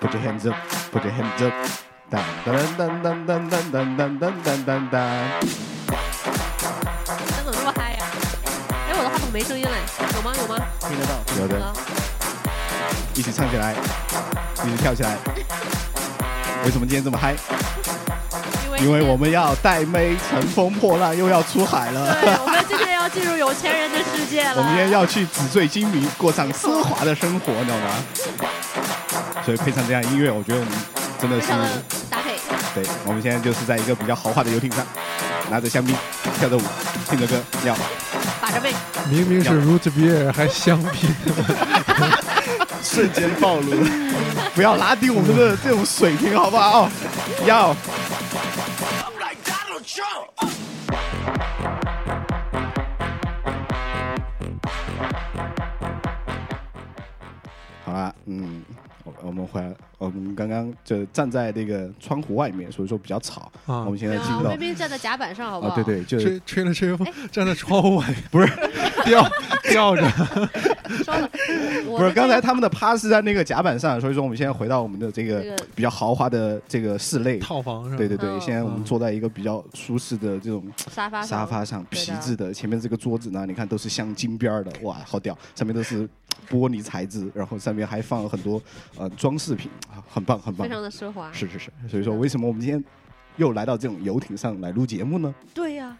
Put your hands up, put your hands up. 当当当当当当当当当当当当。咱怎么这么嗨呀？哎，我的话筒没声音嘞，有吗？有吗？听得到。有的，啊，一起唱起来，一起跳起来。为什么今天这么嗨？因为因为我们要带妹乘风破浪，又要出海了。对，我们今天要进入有钱人的世界了。我们今天要去纸醉金迷，过上奢华的生活，你知道吗？所以配上这样音乐，我觉得我们真的非是，常的搭配，对，我们现在就是在一个比较豪华的游艇上，拿着香槟，跳着舞，听着歌，要把着妹，明明是如此 beer 还香槟，瞬间暴露， 不要拉低我们的这种水平，好不好？哦要。好啦，嗯，我我们回来，我们刚刚就站在那个窗户外面，所以说比较吵。啊我们现在然进后到妹妹站在甲板上，好不啊好？，对。 对，就是吹吹了吹了风，哎站在窗户 外面，不是吊吊着，说 了，我不是们刚才他们的趴是在那个甲板上，所以说我们现在回到我们的这这个个比较豪华的这个室内。套房是吧？对对对，嗯现在我们坐在一个比较舒适的这种沙发沙发上，对皮的质的，前面这个桌子呢，你看都是镶金边儿的，哇，好屌！上面都是玻璃材质，然后上面还放了很多呃装饰品，啊很棒很棒非。常嗯的奢华。是是是，所以说为什么我们今天又来到这种游艇上来录节目呢？对呀，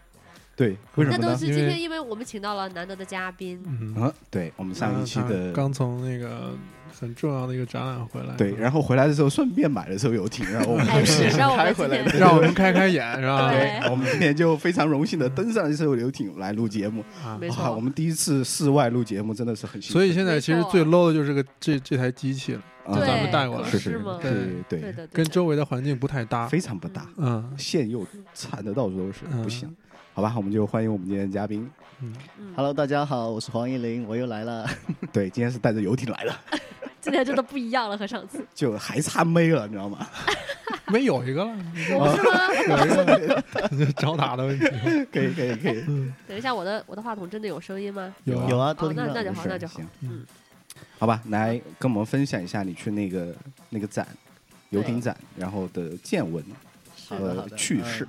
对，为什那么都呢是？因今为天，因为我们请到了难得的嘉宾，嗯，啊，对我们上一嗯期他的。刚从那个很重要的一个展览回来，对，然后回来的时候顺便买了艘游艇，然后我们哎是让我们开回来今的，天 让我们开开眼是吧？对我们今天就非常荣幸的登上这艘游艇来录节目。啊没哇，我错，们第一次室外录节目，真的是很幸所以现在其实最没 low 的就是个这这台机器了，啊对咱们带过来是是吗对对对的，对跟的周围的环境不太搭。非常不搭， 嗯线又缠的到处都是，嗯不行。好吧，我们就欢迎我们今天的嘉宾。 嗯，嗯 Hello，大家好，我是黄一林，我又来了。对，今天是带着游艇来的， 今天真的不一样了，和上次。就还差妹了，你知道吗？ 没有一个了， 我是吗？哦有一个找打的问 题。可以，可以，可以。 等一下，我的我的话筒真的有声音吗？有啊有啊，都哦，听那到那就没好，事那就好行。嗯，好吧，来跟我们分享一下你去那个那个展，游艇展，然后的见闻是好的和好的趣事。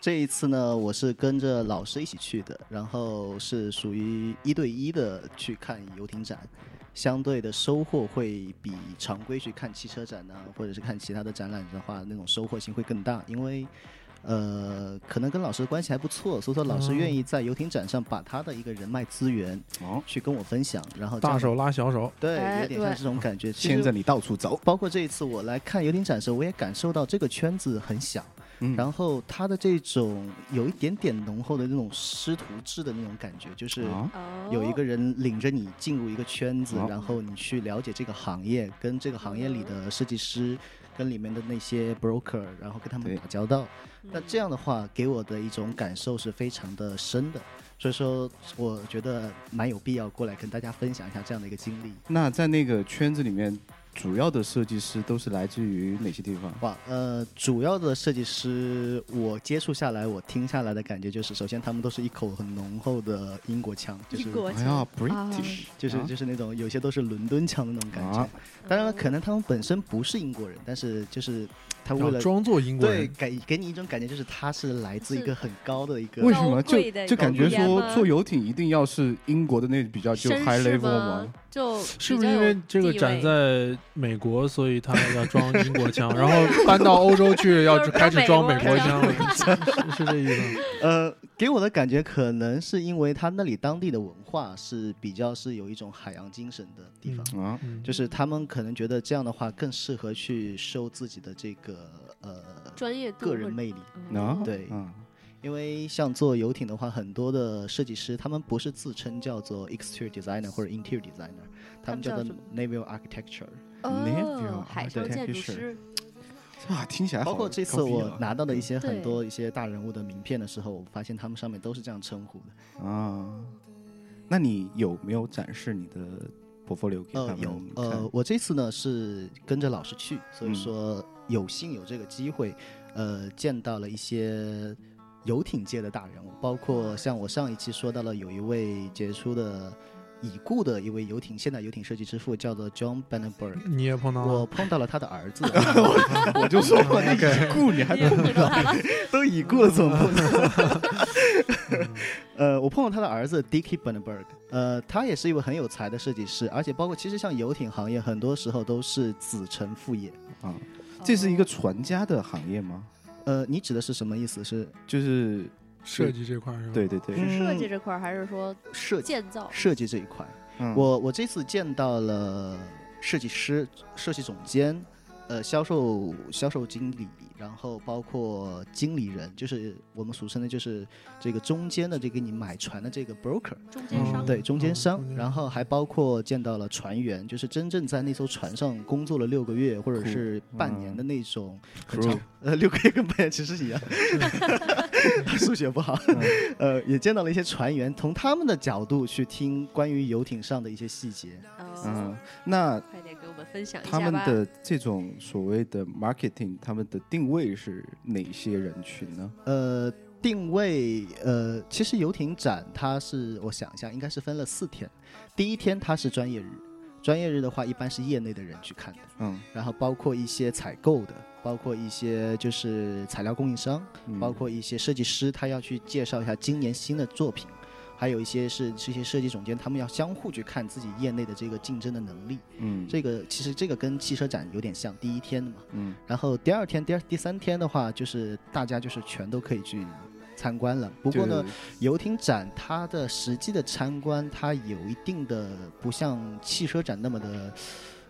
这一次呢，我是跟着老师一起去的，然后是属于一对一的去看游艇展，相对的收获会比常规去看汽车展呢、啊或者是看其他的展览的话，那种收获性会更大，因为。呃，可能跟老师的关系还不错，所以说老师哦愿意在游艇展上把他的一个人脉资源哦，去跟我分享，然后这样大手拉小手，对，哎有点像对这种感觉。其牵实着你到处走。包括这一次我来看游艇展的时候，我也感受到这个圈子很小，嗯然后它的这种有一点点浓厚的那种师徒制的那种感觉，就是啊，哦，有一个人领着你进入一个圈子，哦然后你去了解这个行业，跟这个行业里的设计师，跟里面的那些 broker，然后跟他对们打交道。嗯，那这样的话，给我的一种感受是非常的深的，所以说我觉得蛮有必要过来跟大家分享一下这样的一个经历。那在那个圈子里面，主要的设计师都是来自于哪些地方？哇，呃，主要的设计师，我接触下来，我听下来的感觉就是，首先他们都是一口很浓厚的英国腔，就是英国哎呀腔， ，British，就是啊就是那种有些都是伦敦腔的那种感觉。啊当嗯然了，可能他们本身不是英国人，但是就是他为要了装作英哦国对人。给给你一种感觉，就是他是来自一个很高的一个为什么高就贵的就感觉语言说吗坐游艇一定要是英国的那比较就绅 high 士 level 吗吗？？就是不比是较因有为这个地展位在美国，所以他要装英 国腔，然后搬到欧洲去要就是开始装美国装腔了，是是这意思吗？ 呃，给我的感觉可能是因为他那里当地的文化是比较是有一种海洋精神的地方。啊， 嗯就是他们可能觉得这样的话更适合去 show 自己的这个呃专业度个人或者魅力，啊嗯，对嗯因为像做游艇的话，很多的设计师他们不是自称叫做 exterior designer 或者 interior designer，他们他叫们做叫 naval architecture。哦 Naval，海啊上对建筑，Happy Shore 师，啊，听起来好包括这次高逼啊我了拿到的一些对很多一些大人物的名片的时候，我发现他们上面都是这样称呼的。啊，那你有没有展示你的 portfolio 给呃他，有们看？呃，我这次呢是跟着老师去，所以嗯说有幸有这个机会，呃，见到了一些游艇界的大人物，包括像我上一期说到了有一位杰出的已故的一位游艇现代游艇设计之父，叫做 John Bannerberg。你也碰到我了？碰到了他的儿子， 我就说嘛，那 OK 已故你还 你也碰碰不到到，他了，都已故了，怎么碰到？ 呃，我碰到他的儿子 Dicky Bannerberg，呃，他也是一位很有才的设计师，而且包括其实像游艇行业，很多时候都是子承父业。啊，这是一个传家的行业吗？呃，你指的是什么意思？是就是设计这块是吧？对对对，哦是设计这块儿，还是说设建造？设计这一块？嗯我我这次见到了设计师、设计总监，呃，销售销售经理，然后包括经理人，就是我们俗称的，就是这个中间的这个你买船的这个 broker，中间商嗯对，中间商中。间然后还包括见到了船员，就是真正在那艘船上工作了六个月或者是半年的那种很长 Crew 呃，六个月跟半年其实一样， 数学不好。 呃，也见到了一些船员，从他们的角度去听关于游艇上的一些细节。哦嗯，，那快点给我们分享一他下们吧。的这种所谓的 marketing，他们的定位是哪些人群呢？呃，定位呃，其实游艇展它是我想一下，应该是分了四天。第一天它是专业日，专业日的话一般是业内的人去看的，嗯，然后包括一些采购的，包括一些就是材料供应商，嗯包括一些设计师，他要去介绍一下今年新的作品。还有一些是这些设计总监，他们要相互去看自己业内的这个竞争的能力。嗯这个其实这个跟汽车展有点像，第一天嘛，嗯然后第二天、第二、第三天的话，就是大家就是全都可以去参观了。不过呢，嗯就游艇展它的实际的参观，它有一定的不像汽车展那么的，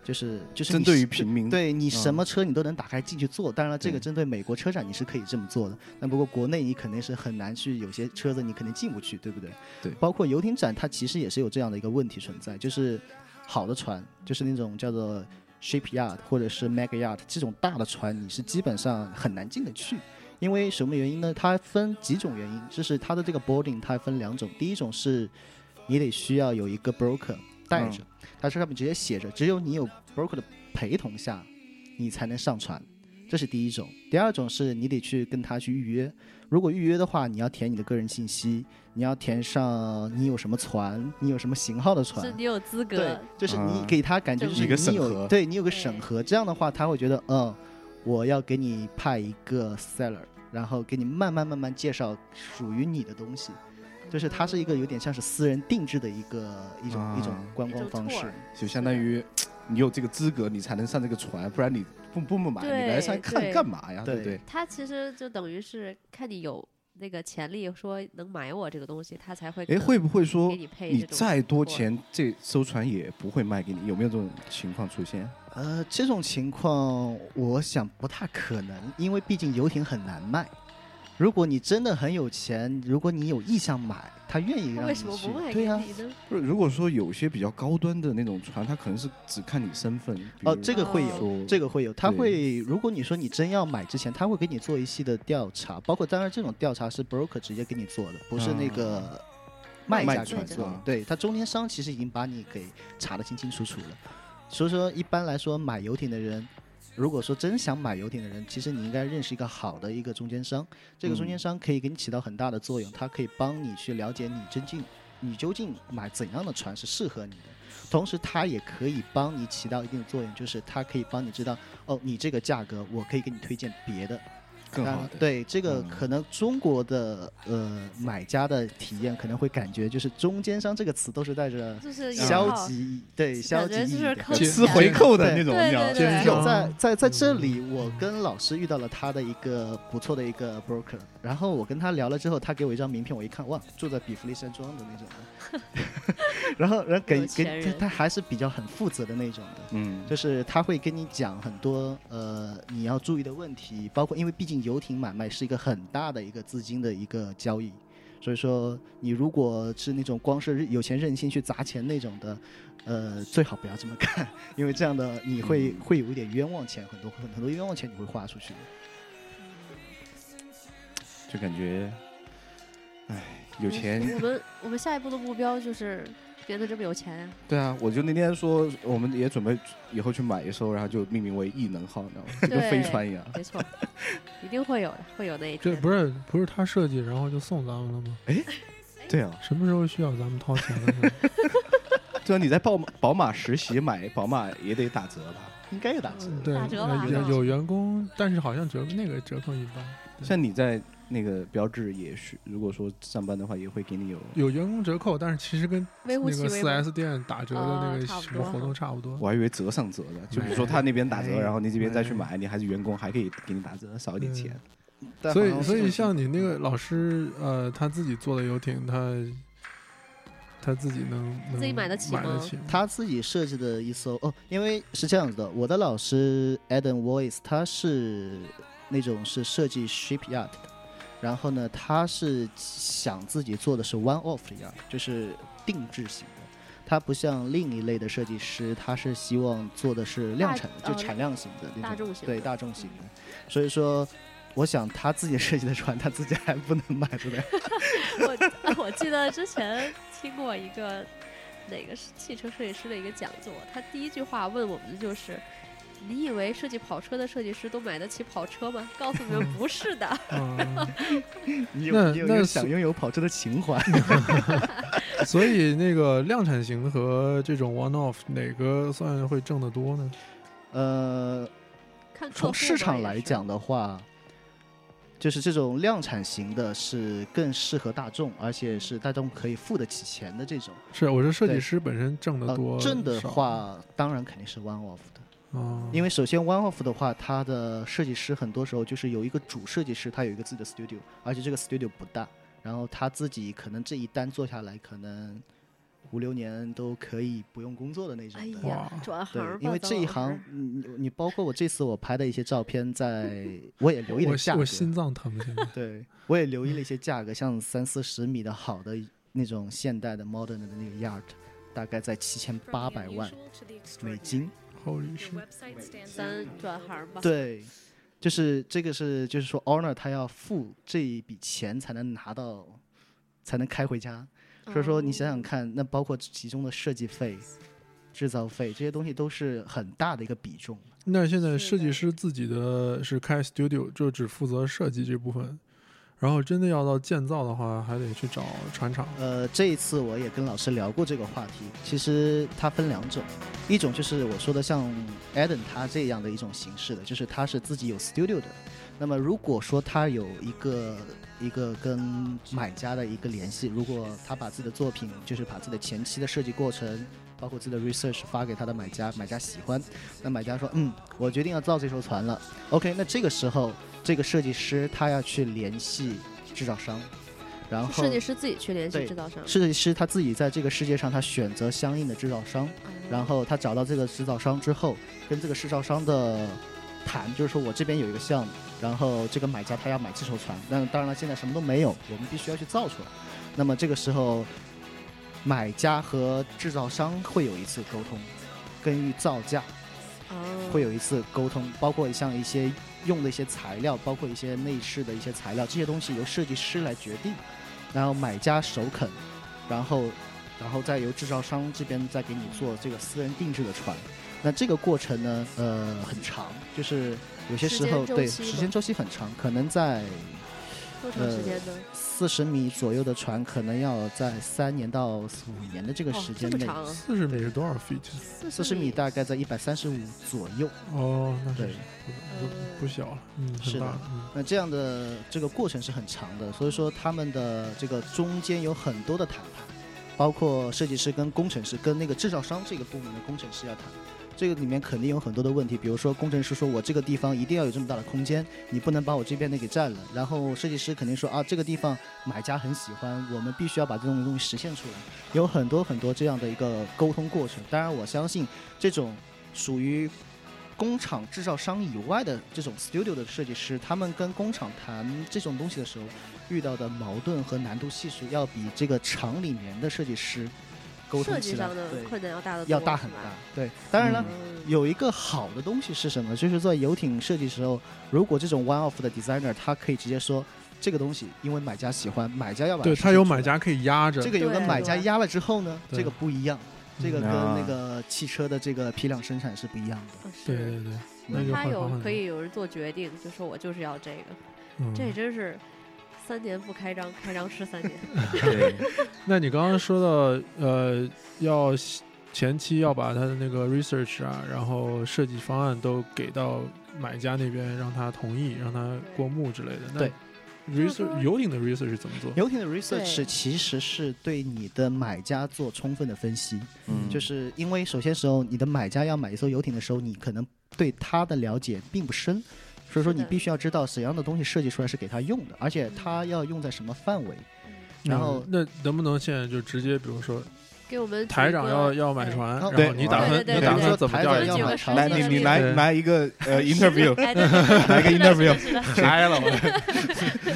就是就是针你对于是平民对你嗯什么车你都能打开进去坐。当然了，这对个针对美国车展你是可以这么做的，但不过国内你肯定是很难去，有些车子你肯定进不去，对不对？对包括游艇展，它其实也是有这样的一个问题存在，就是好的船，就是那种叫做 shipyard 或者是 mega yard 这种大的船，你是基本上很难进得去。因为什么原因呢？它分几种原因，就是它的这个 boarding 它分两种，第一种是你得需要有一个 broker 带着，它是上面直接写着，只有你有 broker 的陪同下，你才能上船，这是第一种。第二种是你得去跟他去预约，如果预约的话，你要填你的个人信息，你要填上你有什么船，你有什么型号的船是，你有资对格，，就是你啊给他感觉就是一个审你有核对你有个对审核，这样的话他会觉得，嗯，我要给你派一个 seller，然后给你慢慢慢慢介绍属于你的东西，就是它是一个有点像是私人定制的一个一种、一种啊观一光种方 tour 式。就相当于你有这个资格，你才能上这个船，不然你不不不买，对你来上看对干嘛呀？对对不对？他其实就等于是看你有那个潜力，说能买我这个东西，他才会哎，可会不会说给你配你这种再多货钱，这艘船也不会卖给你？有没有这种情况出现？呃，这种情况我想不太可能，因为毕竟游艇很难卖。如果你真的很有钱，如果你有意向买，他愿意他让为你什么去不卖。对啊给呀、你呢？不是，如果说有些比较高端的那种船，它可能是只看你身份。比哦，如这个会有，说这个会有，他嗯对会，如果你说你真要买之前，他会给你做一系的调查，包括当然这种调查是 broker 直接给你做的，不是那个卖啊卖家家给你做做的的。对他中间商其实已经把你给查得清清楚楚了，所以说一般来说买游艇的人。如果说真想买游艇的人，其实你应该认识一个好的一个中间商，这个中间嗯商可以给你起到很大的作用，它可以帮你去了解你究竟你究竟买怎样的船是适合你的，同时它也可以帮你起到一定的作用，就是它可以帮你知道哦，你这个价格我可以给你推荐别的，更当好然的。对这个嗯可能中国的呃买家的体验可能会感觉就是中间商这个词都是带着就是啊有消号极对消感觉就极意义是的。坑对吃钱回扣的那对种，你知对道吗对对奸有商在在在这里，我跟老师遇到了他的一个不错的一个 broker，然后我跟他聊了之后，他给我一张名片，我一看，哇，住在比弗利山庄的那种的 然后然后给有给钱他人他还是比较很负责的那种的，嗯，就是他会跟你讲很多呃你要注意的问题，包括因为毕竟游艇买卖是一个很大的一个资金的一个交易，所以说你如果是那种光是有钱任性去砸钱那种的，呃，最好不要这么干， 因为这样的你会、嗯会有一点冤枉钱，很多很多冤枉钱你会花出去的。就感觉，哎，有钱我们我们下一步的目标就是变得这么有钱呀、对啊，我就那天说，我们也准备以后去买一艘，然后就命名为异能号，你知 道吗？就跟飞船一样。没错，一定会有的，会有那一这天。不是不是他设计，然后就送咱们了吗？对啊， 什么时候需要咱们掏钱了呢？对啊，你在宝马宝马实习买宝马也得打折吧？应该有打折。对，打折吧呃有有员工，但是好像折那个折扣一般。对像你在那个标志也是，如果说上班的话，也会给你有。有员工折扣，但是其实跟微那乎个其微四吧。 S 店打折的那哦个差不什么多活动差不多。我还以为折上折的，就比如说他那边打折，然后你这边再去买，你还是员工，还可以给你打折，少一点钱。但所好以，像嗯所以是像你那个老师，呃，他自己做的游艇，他他自己能能自己买得起买得吗起吗 他自己设计的一艘哦，因为是这样子的，我的老师 Adam Voice 他是那种是设计 shipyard 的，然后呢，他是想自己做的是 one off 的 yard，就是定制型的。他不像另一类的设计师，他是希望做的是量产，大就呃产量型的那种大众型的对大众型的。所以说，我想他自己设计的船，他自己还不能买出来。我啊我记得之前听过一个哪个是汽车设计师的一个讲座，他第一句话问我们的就是：“你以为设计跑车的设计师都买得起跑车吗？”告诉你们，不是的。嗯，你那有你有那没是有想拥有跑车的情怀？所以那个量产型和这种 one off 哪个算会挣得多呢？呃，看客从户市嘛场也来是讲的话，就是这种量产型的是更适合大众，而且是大众可以付得起钱的这种。是，我说设计对师本身挣得呃多，，正的，话，当然肯定是 one off 的，嗯，因为为首先 one off 的话，它的设计师很多时候就是有一个主设计师，他有一个自己的 studio，而且这个 studio 不大，然后他自己可能这一单做下来，可能五六年都可以不用工作的那种哎的。呀哇，转行对吧，因为这张一老行嗯师，你你包括我这次我拍的一些照片在，我也留意我了价格，。我心脏疼现在 对我也留意了一些价格，像三四十米的好的那种现代的 modern 的那个 yard，大概在七千八百万美金。 Holy shit！咱转行吧。，对，就是这个是就是说 owner 他要付这一笔钱才能拿到，才能开回家。所以嗯说你想哦想看，那包括其中的设计费、制造费这些东西都是很大的一个比重。那现在是设计的师自己的是开 studio，就只负责设计这部分，然后真的要到建造的话，还得去找船厂。呃，这一次我也跟老师聊过这个话题。其实它分两种，一种就是我说的像 Eden 他这样的一种形式的，就是他是自己有 studio 的。那么如果说他有一个一个跟买家的一个联系，如果他把自己的作品，就是把自己的前期的设计过程，包括自己的 research 发给他的买家，买家喜欢，那买家说，嗯，我决定要造这艘船了。OK，那这个时候这个设计师他要去联系制造商，然后设计师自己去联系对制造商，设计师他自己在这个世界上，他选择相应的制造商，然后他找到这个制造商之后，跟这个制造商的谈，就是说我这边有一个项目，然后这个买家他要买这艘船，那当然了，现在什么都没有，我们必须要去造出来。那么这个时候，买家和制造商会有一次沟通，根据造价哦会有一次沟通，包括像一些用的一些材料，包括一些内饰的一些材料，这些东西由设计师来决定，然后买家首肯，然后然后再由制造商这边再给你做这个私人定制的船。那这个过程呢，呃，很长，就是有些时候时间周对期吗时间周期很长，可能在多长时间呢？四十米左右的船，可能要在三年到五年的这个哦时这间么内，长啊，四十米是多少 feet？四十、米大概在一百三十五左右。哦，那是对，不不不小了，嗯，是很的大，嗯。那这样的这个过程是很长的，所以说他们的这个中间有很多的谈判，包括设计师跟工程师跟那个制造商这个部门的工程师要谈。这个里面肯定有很多的问题，比如说工程师说我这个地方一定要有这么大的空间，你不能把我这边的给占了。然后设计师肯定说啊，这个地方买家很喜欢，我们必须要把这种东西实现出来。有很多很多这样的一个沟通过程。当然，我相信这种属于工厂制造商以外的这种 studio 的设计师，他们跟工厂谈这种东西的时候，遇到的矛盾和难度系数要比这个厂里面的设计师沟设通计起来上对的困难要大得多，要大很是大吧。。对，当然了。嗯有一个好的东西是什么？就是在游艇设计时候，如果这种 one off 的 designer，他可以直接说这个东西，因为买家喜欢，买家要把它对实他现有出买来家可以压着，这个有个对买家对压了之后呢，对这个不一样，这个嗯跟啊那个汽车的这个批量生产是不一样的。啊对是对嗯对，那那就他会好有很可多。以有人做决定，就说我就是要这个，嗯这真是三年不开 张，开张十三年。对，那你刚刚说到呃，要前期要把他的那个 research 啊，然后设计方案都给到买家那边，让他同意，让他过目之类的。那对，research 游艇的 research 怎么做？游艇的 research 对其实是对你的买家做充分的分析，嗯就是因为首先时候你的买家要买一艘游艇的时候，你可能对它的了解并不深，所以说是你的必须要知道怎样的东西设计出来是给他用的，而且它要用在什么范围。然后嗯那能不能现在就直接，比如说给我们台长要举要买对船，哦然后你对打算对对对你打对算对怎么台钓长鱼要？买买船来，这你个你是来对来一个 呃个 interview，哎对对对来个是的 interview 是的是的开了，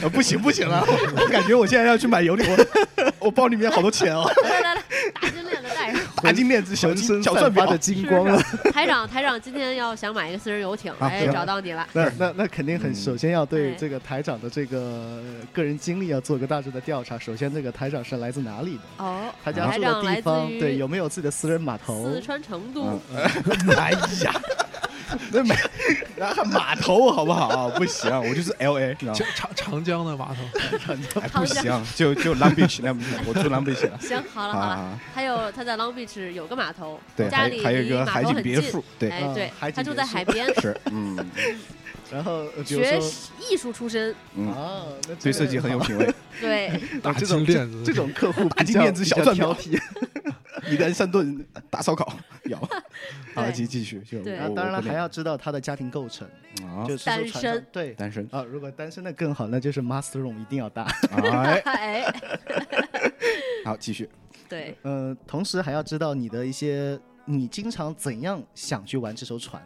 呃不行不行了，我我感觉我现在要去买游 艇，我我包里面好多钱啊，来来来，打金链子带上。大金链子、小浑金身小钻散发表着，金光了，台长，台长今天要想买一个私人游艇，啊哎，行找到你了。那那那肯定很，嗯首先要对哎这个台长的这个个人经历要做个大致的调查。首先，这个台长是来自哪里的？哦，他家台住的长来自地方，于对，有没有自己的私人码头？四川成都，嗯哎呀，那没，然后码头好不好？不行，啊我就是 L A，你知道吗？长 长江的码头，哎，不行，就就 Long Beach 那不行，我住 Long Beach 了。行，好了好了。啊，还有他在 Long Beach 有个码头，对，家还里还有一离个码海头景很别近。墅，对，哎，嗯对海，他景住在别墅海边，是，嗯然后呃 比如学说艺术出身，嗯，啊，那这对设计很 有 品味。对，打这种金链子，这种客 户大比金较链子比小较钻挑表 剔。一单三顿大烧烤， 有。好，对继继续，就对我然后当然了，我不还要知道他的家庭构成，啊，就是说单传身统对。单 身，啊，如果单身的更好，那就是 master room 一定要大。 哎， 哎，好，继续，对，呃，同时还要知道你的一些，你经常怎样想去玩这艘船，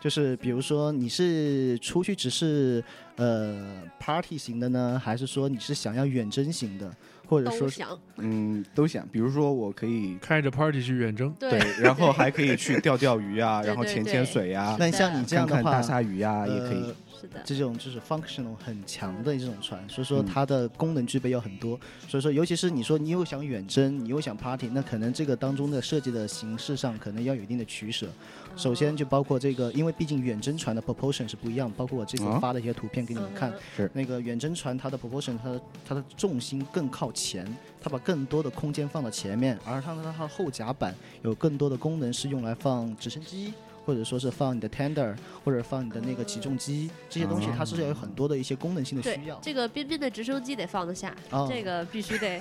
就是比如说你是出去只是呃 party 型的呢，还是说你是想要远征型的，或者都说是想，嗯，都想，比如说我可以开着 party 去远征，对对，然后还可以 去钓钓鱼啊，对然后对潜对潜水呀，那像你这样看的看话，大鲨鱼啊，呃也可以，是的，这种就是 functional 很强的这种船，所以说嗯它的功能具备有很多。所以说，尤其是你说你又想远征，你又想 party，那可能这个当中的设计的形式上可能要有一定的取舍。嗯首先就包括这个，因为毕竟远征船的 proportion 是不一样，包括我这次啊发的一些图片给你们看，嗯哼那个远征船它的 proportion 它的它的重心更靠前，它把更多的空间放到前面，而它的它的后甲板有更多的功能是用来放直升机。或者说是放你的 tender，或者放你的那个起重机，这些东西它是要有很多的一些功能性的对需要，。这个彬彬的直升机得放得下，哦这个必须得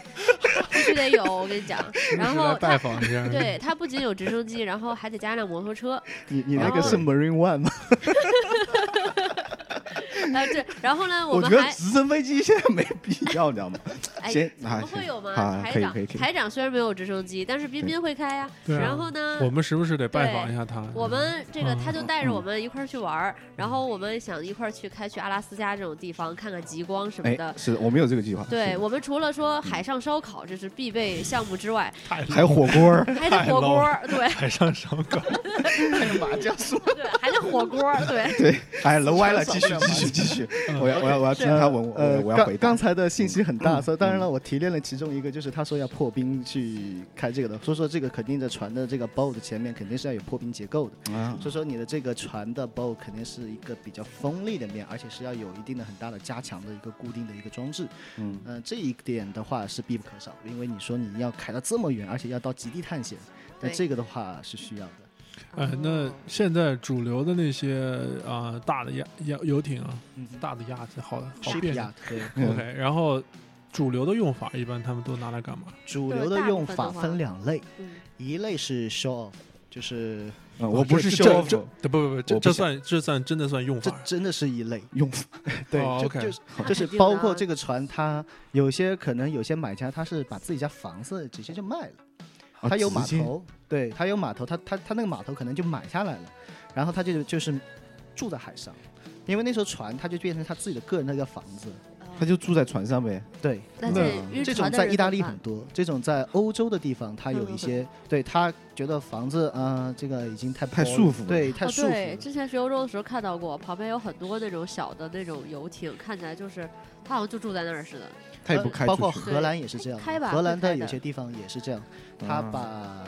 必须得有，我跟你 讲。呃然是来后他拜 访一下，对他不仅有直升机，然后还得加辆摩托车，你你那个然后是 Marine One 吗？啊对。然后 呢，我们觉得还直升飞机现在没必要，你知道吗？哎行，怎啊么会行有吗？啊可台以长可以可以台长虽然没有直升机，但是彬彬会开呀。对啊然后呢，我们时不时得拜访一下他。我们这个嗯他就带着我们一块儿去玩儿，然后我们想一块儿去开去阿拉斯加这种地方看看极光什么哎的，。是我没有这个计划，对是我们除了说海上烧烤这是必备项目之外，太还有火锅 儿，还得火锅儿，对海上烧烤，麻将说对，还得火锅儿，对。 对，哎，楼歪了，继四续川继扫续继 续，嗯我要我要我要听他问我，呃，我要刚回答嗯刚。才的信息很大，所以当然了，我提炼了其中一个，就是他说要破冰去开这个的，所以说这个肯定的船的这个 bow 的前面肯定是要有破冰结构的，啊所以说你的这个船的 bow 肯定是一个比较锋利的面，而且是要有一定的很大的加强的一个固定的一个装置。嗯，嗯、这一点的话是必不可少，因为你说你要开到这么远，而且要到极地探险，那对这个的话是需要的。呃哎，那现在主流的那些啊、呃大的亚亚游艇啊，嗯哼，大的亚子，好好是别呀扭。， 对。 OK，然后主流的用法一般他们都拿来干嘛？主就是流的大部用分的法话分两类，嗯一类是 show off，就是啊我不是这 show 这 off 这不不不，这我不这想算这算真的算用这法。真的是一类。用 对，哦就 OK 就是那就是肯定包的括啊这个船，它有些可能有些买家他是把自己家房子直接就卖了，啊他有直码接头，对他有码头，他他他那个码头可能就买下来了，然后他就就是住在海上，因为那艘船他就变成他自己的个人的一个房子，他就住在船上呗，呃对，那那这晕这种船的在人意大怎利么很办多，这种在欧洲的地方，他有 一些，对他觉得房子啊、呃这个已经太太 boring 束缚了对，太哦，束缚对，了。之前去欧洲的时候看到过，旁边有很多那种小的那种游艇，看起来就是他好像就住在那儿似的。他也不呃开出包去。括荷兰也是这样开吧的，荷兰会的开的有些地方也是这样，啊他把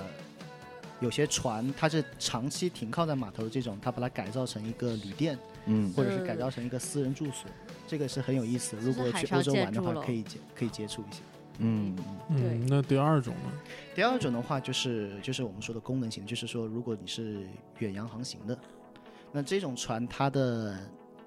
有些船，它是长期停靠在码头的这种，他把它改造成一个旅店，嗯或者是改嗯造成一个私人住所，这个是很有意思的。就如是果海去上欧洲建玩的筑话咯，可以接可以接触一下。嗯，对嗯，那第二种呢？第二种的话就是就是我们说的功能型，就是说如果你是远洋航行的，那这种船它的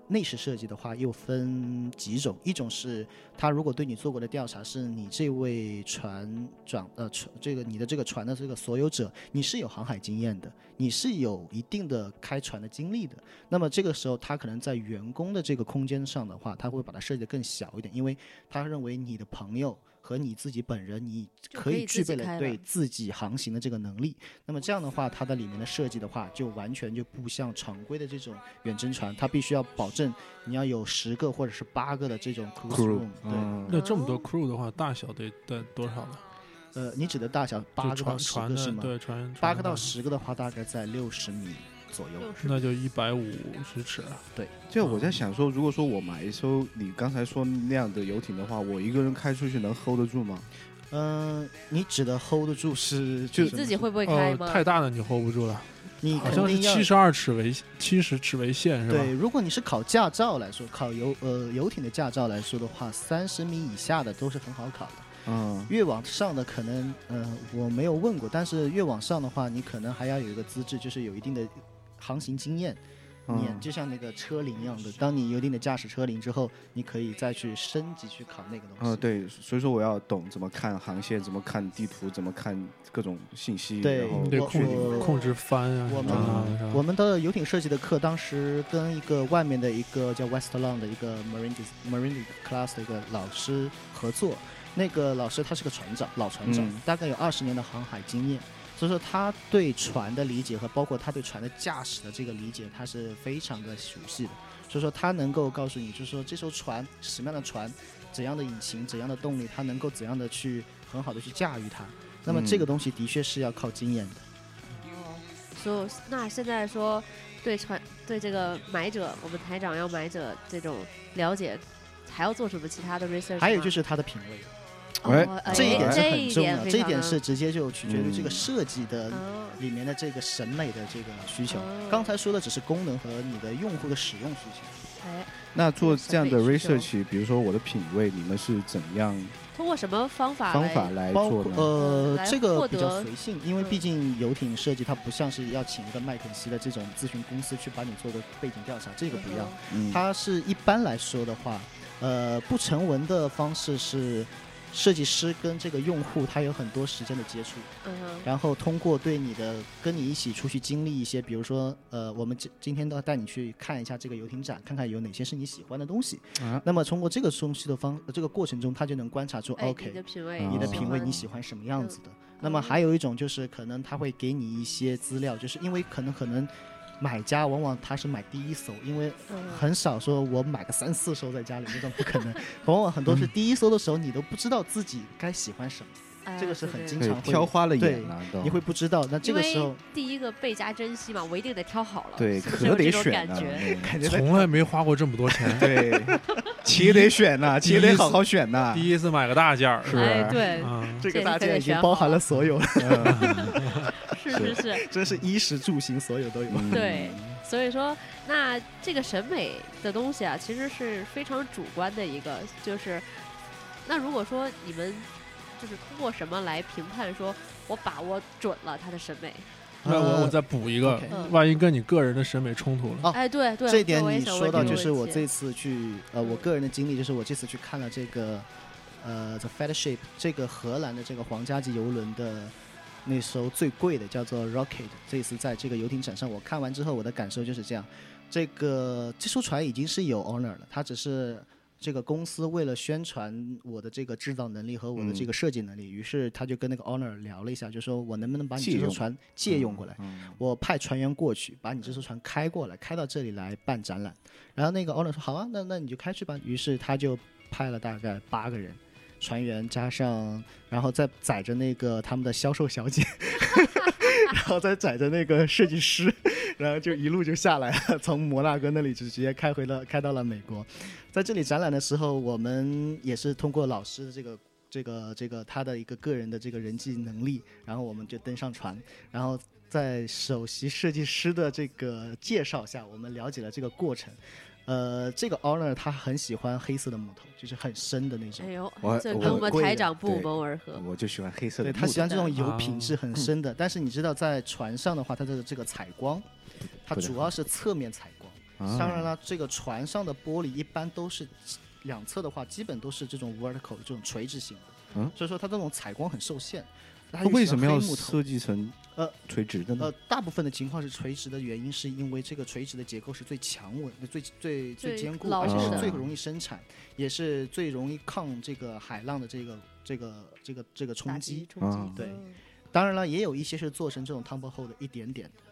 内饰设计的话又分几种，一种是它如果对你做过的调查是你这位船长呃船这个你的这个船的这个所有者，你是有航海经验的，你是有一定的开船的经历的，那么这个时候他可能在员工的这个空间上的话，他会把它设计的更小一点，因为他认为你的朋友。和你自己本人，你就可可以以具自备己了开对了自己航行的这个能力。那么这样的话，它的里面的设计的话，就完全就不像常规的这种远征船，它必须要保证你要有十个或者是八个的这种 cruise Crew， room。嗯那这么多 crew 的话，大小得得多少呢？对，呃，你指的大小八就个到船十船个是的吗？对船八个船到的十个的话，大概在六十米左右。就是那就一百五十尺啊。就我在想说，如果说我买一艘你刚才说那样的游艇的话，我一个人开出去能 hold 得住吗？嗯、你指的 hold 得住是就你自己会不会开哦呃，吗？太大的你 hold 不住了，你好肯像是定要七十二尺为七十尺为限是吧？对，如果你是考驾照来说，考游呃游艇的驾照来说的话，三十米以下的都是很好考的。嗯，越往上的可能，呃，我没有问过，但是越往上的话，你可能还要有一个资质，就是有一定的航行经验。你嗯就像那个车龄一样的，当你有一定的驾驶车龄之后，你可以再去升级去考那个东西。嗯，对，所以说我要懂怎么看航线，怎么看地图，怎么看各种信息，对然后你得我控制我控制帆啊我什么们的是吧我们的游艇设计的课，当时跟一个外面的一个叫 Westland 的一个 Marine Dis- Marine Class 的一个老师合作。那个老师他是个船长，老船长，嗯大概有二十年的航海经验，所以说他对船的理解和包括他对船的驾驶的这个理解，他是非常的熟悉的。所以说他能够告诉你，就是说这艘船什么样的船，怎样的引擎，怎样的动力，它能够怎样的去很好的去驾驭它。那么这个嗯东西的确是要靠经验的。哦，所以那现在说对船对这个买者，我们台长要买者这种了解，还要做什么其他的 research？还有吗就是它的品味。哦哎这一点是这很一重点要，非这一常点的是直接就取决于这个嗯设计的哦里面的这个审美的这个需求哦。刚才说的只是功能和你的用户的使用需求。哎，那做这样的消费需求 research，比如说我的品味，你们是怎样通过什么方法方来法来包做括呢？呃来，这个获比较得随性，因为嗯毕竟游艇设计它不像是要请一个麦肯锡的这种咨询公司去帮你做个背景调查，这个不一样。嗯，它是一般来说的话，呃，不成文的方式是，设计师跟这个用户他有很多时间的接触。嗯哼然后通过对你的跟你一起出去经历一些，比如说，呃，我们今今天都要带你去看一下这个游艇展，看看有哪些是你喜欢的东西。啊那么通过这个东西的方，呃这个过程中，他就能观察出、哎，你 OK，的品味，你你的哦品味你喜欢，嗯欢什么样子的。那么还有一种就是可能他会给你一些资料，就是因为可能可能买家往往他是买第一艘，因为嗯很少说我买个三四艘在家里那种不可能，往往很多是第一艘的时候你都不知道自己该喜欢什么，哎这个呀是对很对经对对常，会挑花了对眼了，都你会不知道。那这因个时为候。第一个倍加珍惜嘛，我一定得挑好了，对，是不是可有这得种选感呐，觉。嗯，感觉在从来没花过这么多 钱对， 棋得选呐，棋第得一好好选啊呐。第一次买个大件儿是吧？哎，对，啊，这这个个大你可件得已经选包好含了所 有了，是是是，真是衣食住行所有都有。嗯对，所以说，那这个审美的东西啊，其实是非常主观的一个，就是那如果说你们就是通过什么来评判说，我把握准了他的审美？那我呃我再补一个 OK，嗯万一跟你个人的审美冲突了，哦哎，对对，这一点我也你想说问到，这个就是问我题这次去，呃，我嗯个人的经历就是我这次去看了这个，呃，The Fellowship 这个荷兰的这个皇家级游轮的那艘最贵的叫做 Rocket，这次在这个游艇展上，我看完之后我的感受就是这样，这个这艘船已经是有 owner 了，它只是。这个公司为了宣传我的这个制造能力和我的这嗯个设计能力，于是他就跟那个 owner 聊了一下，就说我能不能把你借这艘用船借用过来。嗯我派船员过去，把你这艘船开过来，开到这里来办展览。然后那个 owner 说好啊，那那你就开去吧。于是他就派了大概八个人，船员加上，然后再载着那个他们的销售小姐， 然后再载着那个设计师，然后就一路就下来了，从摩纳哥那里就直接开回了开到了美国。在这里展览的时候，我们也是通过老师的这个。这个这个他的一个个人的这个人际能力，然后我们就登上船，然后在首席设计师的这个介绍下，我们了解了这个过程。呃，这个 Honor 他很喜欢黑色的木头，就是很深的那种哎。呦我，这我跟我们很贵台的长不对谋而合。我就喜欢黑色的木对头。他喜欢这种油啊品质很深的，但是你知道，在船上的话，它的这个采光，它不太主要是侧面采光。啊当然了，这个船上的玻璃一般都是两侧的话，基本都是这种 vertical 这种垂直型的，嗯所以说它这种采光很受限。它它为什么要又喜欢黑木头？设计成呃垂直的呢呃？，大部分的情况是垂直的，原因是因为这个垂直的结构是最强稳、最最最最坚固，牢而且固的是最容易生产，也是最容易抗这个海浪的这个这个这个这个打冲击击。冲击啊对嗯当然了，也有一些是做成这种 tumble hole 的一点点的。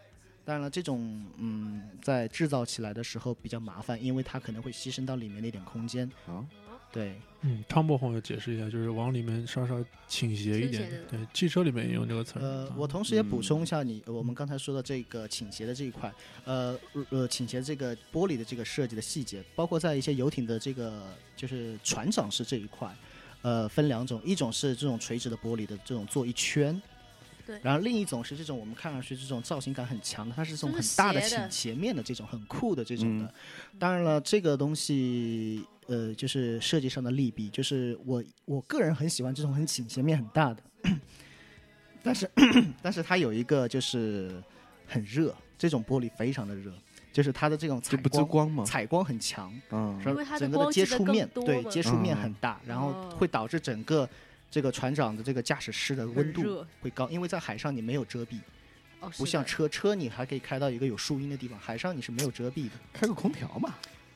当然了，这种嗯，在制造起来的时候比较麻烦，因为它可能会牺牲到里面的一点空间。啊，对，嗯，汤博朋友解释一下，就是往里面稍稍倾斜一倾斜点的。对，汽车里面也用这个词儿。呃啊，我同时也补充一下你，呃我们刚才说的这个倾斜的这一块，呃呃，倾斜这个玻璃的这个设计的细节，包括在一些游艇的这个就是船长室这一块，呃，分两种，一种是这种垂直的玻璃的这种做一圈。对然后另一种是这种我们看上去这种造型感很强的，它是这种就是很大的斜倾的斜面的这种很酷的这种的。嗯当然了，这个东西呃就是设计上的利弊，就是我我个人很喜欢这种很倾斜面很大的，但是 但是它有一个就是很热，这种玻璃非常的热，就是它的这种采这不遮光光吗？采光很强，啊，因为它的整个光接记得触更面多对嘛接触面嗯很大，然后哦会导致整个这个船长的这个驾驶室的温很度热会高，因为在海上你没有遮蔽，哦，不是像的车车你还可以开到一个有树荫的地方，海上你是没有遮 蔽的。开个空调嘛，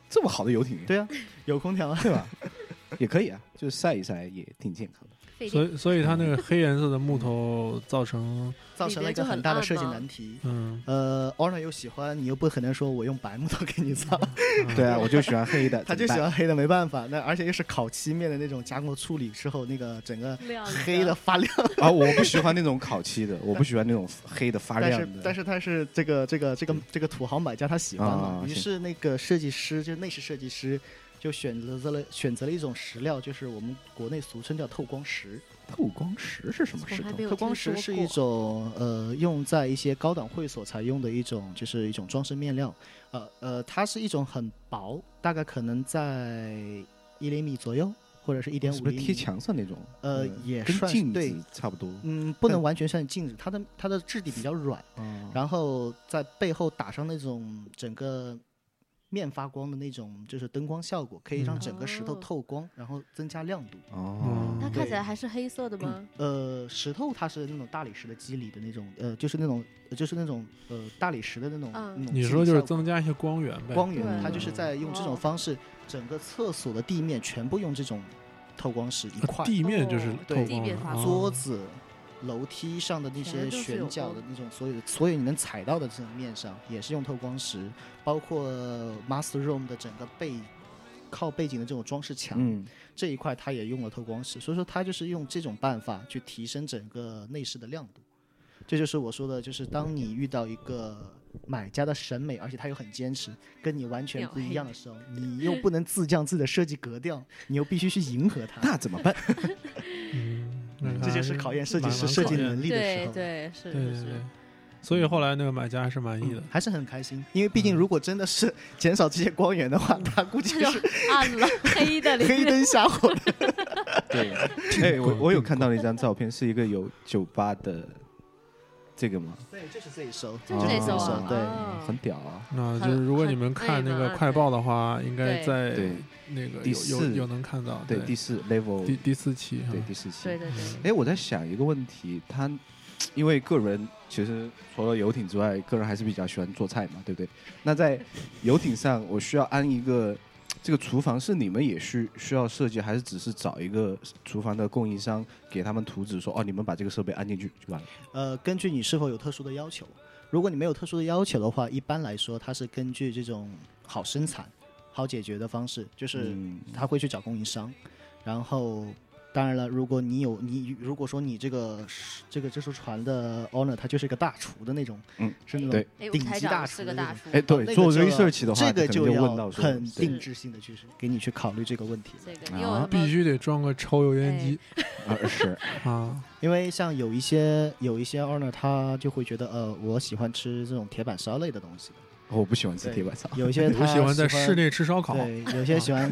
这么好的游艇，对啊，有空调啊。对吧？ 也可以啊，就是晒一晒也挺健康的。费所电以，所以它那个黑颜色的木头造成，造成了一个很大的设计难题。嗯，呃，Honor 又喜欢你，又不可能说我用白木头给你造，对啊，我就喜欢黑的， 他怎就么喜办欢黑的，没办法。那而且又是烤漆面的那种加工处理之后，那个整个亮黑的发亮。啊，我不喜欢那种烤漆的，我不喜欢那种黑的发但亮是的。但是他是这个这个这个这个土豪买家他喜欢嘛，啊于行是那个设计师就内饰设计师就选择了选择了一种石料，就是我们国内俗称叫透光石。透光石是什么石我还头没？有透光听石说是过一种呃用在一些高档会所才用的一种，就是一种装饰面料。呃呃，它是一种很薄，大概可能在一厘米左右，或者是一点是五不厘哦是贴米。墙上那种？呃呃，也跟算是镜对子差不多。嗯，不能但完全算镜子，它的它的质地比较软，啊然后在背后打上那种整个面发光的那种，就是灯光效果，可以让嗯整个石头哦透光，然后增加亮度。哦嗯，它看起对来还是黑色的吗？呃，石头它是那种大理石的肌理的那种，呃，就是那种就是那种呃大理石的那种。嗯那种你肌说理就是效果增加一些光源呗？光源，对它就是在用这种哦方式，整个厕所的地面全部用这种透光石一块，地面就是透哦对光地面发啊光桌子、楼梯上的那全些都是有悬角光的那种，所有的所有你能踩到的这种面上也是用透光石，包括 master room 的整个背靠背景的这种装饰墙，嗯，这一块它也用了透光石，所以说它就是用这种办法去提升整个内饰的亮度。这就是我说的，就是当你遇到一个买家的审美，而且他又很坚持，跟你完全不一样的时候，你又不能自降自己的设计格调，你又必须去迎合他，那怎么办？嗯，那这还就是考验设计蛮师蛮设考计验能力的时对候。对是对是嗯对对是，，所以后来那个买家还是满意的。还是很开心，因为毕竟如果真的是减少这些光源的话， 他估计 就是暗了黑的里黑面，灯瞎火的。 对，哎，我我有看到那张照片，是一个有酒吧的这个吗？对，就是这一收，就是这哦首首啊，对，哦很屌啊！那就很是如果很你们看内那嘛个快报的话，应该对在对那个第有有四有能看到，对，第嗯四 level，第第四期哈，对第四期对。对嗯对，哎，我在想一个问题，他因为个人其实除了游艇之外，个人还是比较喜欢做菜嘛，对不对？那在游艇上，我需要安一个这个厨房，是你们也需需要设计，还是只是找一个厨房的供应商给他们图纸说，哦，你们把这个设备安进去就完了？呃，根据你是否有特殊的要求。如果你没有特殊的要求的话，一般来说它是根据这种好生产、好解决的方式，就是嗯他会去找供应商，然后。当然了，如果你有你，如果说你这个这个这艘船的 owner 他就是个大厨的那种，嗯是那对种哎，我顶台级大长厨是的个那大种。叔，哎，对，做嗯那个就要 research 的话，这个可能就就要问到说很对定制性的去给你去考虑这个问题了，这个啊你有什必么须得装个抽油烟机啊是 啊，因为像有一些有一些 owner 他就会觉得呃，我喜欢吃这种铁板烧类的东西的，我不喜欢吃铁板烧，有 一些他我喜欢在喜欢室内吃烧烤，对，有些喜欢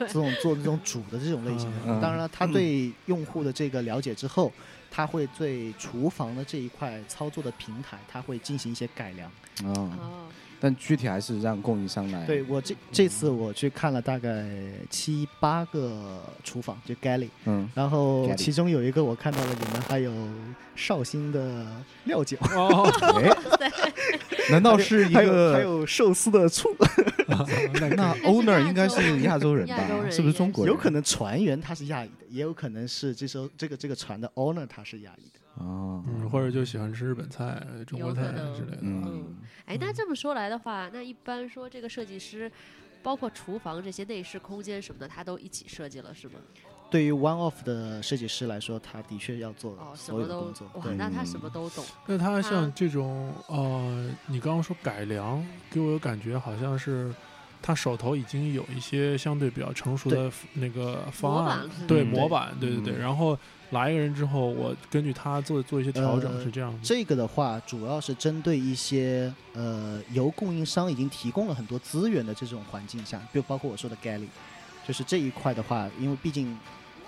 这种做这种煮的这种类型嗯的。当然了，他对用户的这个了解之后，他会对厨房的这一块操作的平台，他会进行一些改良。嗯，哦，但具体还是让供应商来。对我这这次我去看了大概七八个厨房，就 galley， 嗯，然后 Galley 其中有一个我看到了里面还有绍兴的料酒， 哦， 哎，难道是一还有还个？有寿司的醋， 那嗯还是 owner 亚应该洲是亚洲人亚洲吧？人是不是中国人？有可能船员他是亚裔的，也有可能是这艘这个这个船的 owner 他是亚裔的。哦，嗯，或者就喜欢吃日本菜、中国有可菜能之类的。嗯，哎，那这么说来的话，那一般说这个设计师，包括厨房这些内饰空间什么的，他都一起设计了，是吗？对于 one off 的设计师来说，他的确要做哦，什所有么的都工作。哇，对，嗯那他什么都懂。那它像这种呃，你刚刚说改良，给我有感觉好像是他手头已经有一些相对比较成熟的那个方案模板是，对吗模板，对对对。嗯然后来一个人之后，我根据他做做一些调整，呃是这样的。这个的话，主要是针对一些呃由供应商已经提供了很多资源的这种环境下，就包括我说的 galley，就是这一块的话，因为毕竟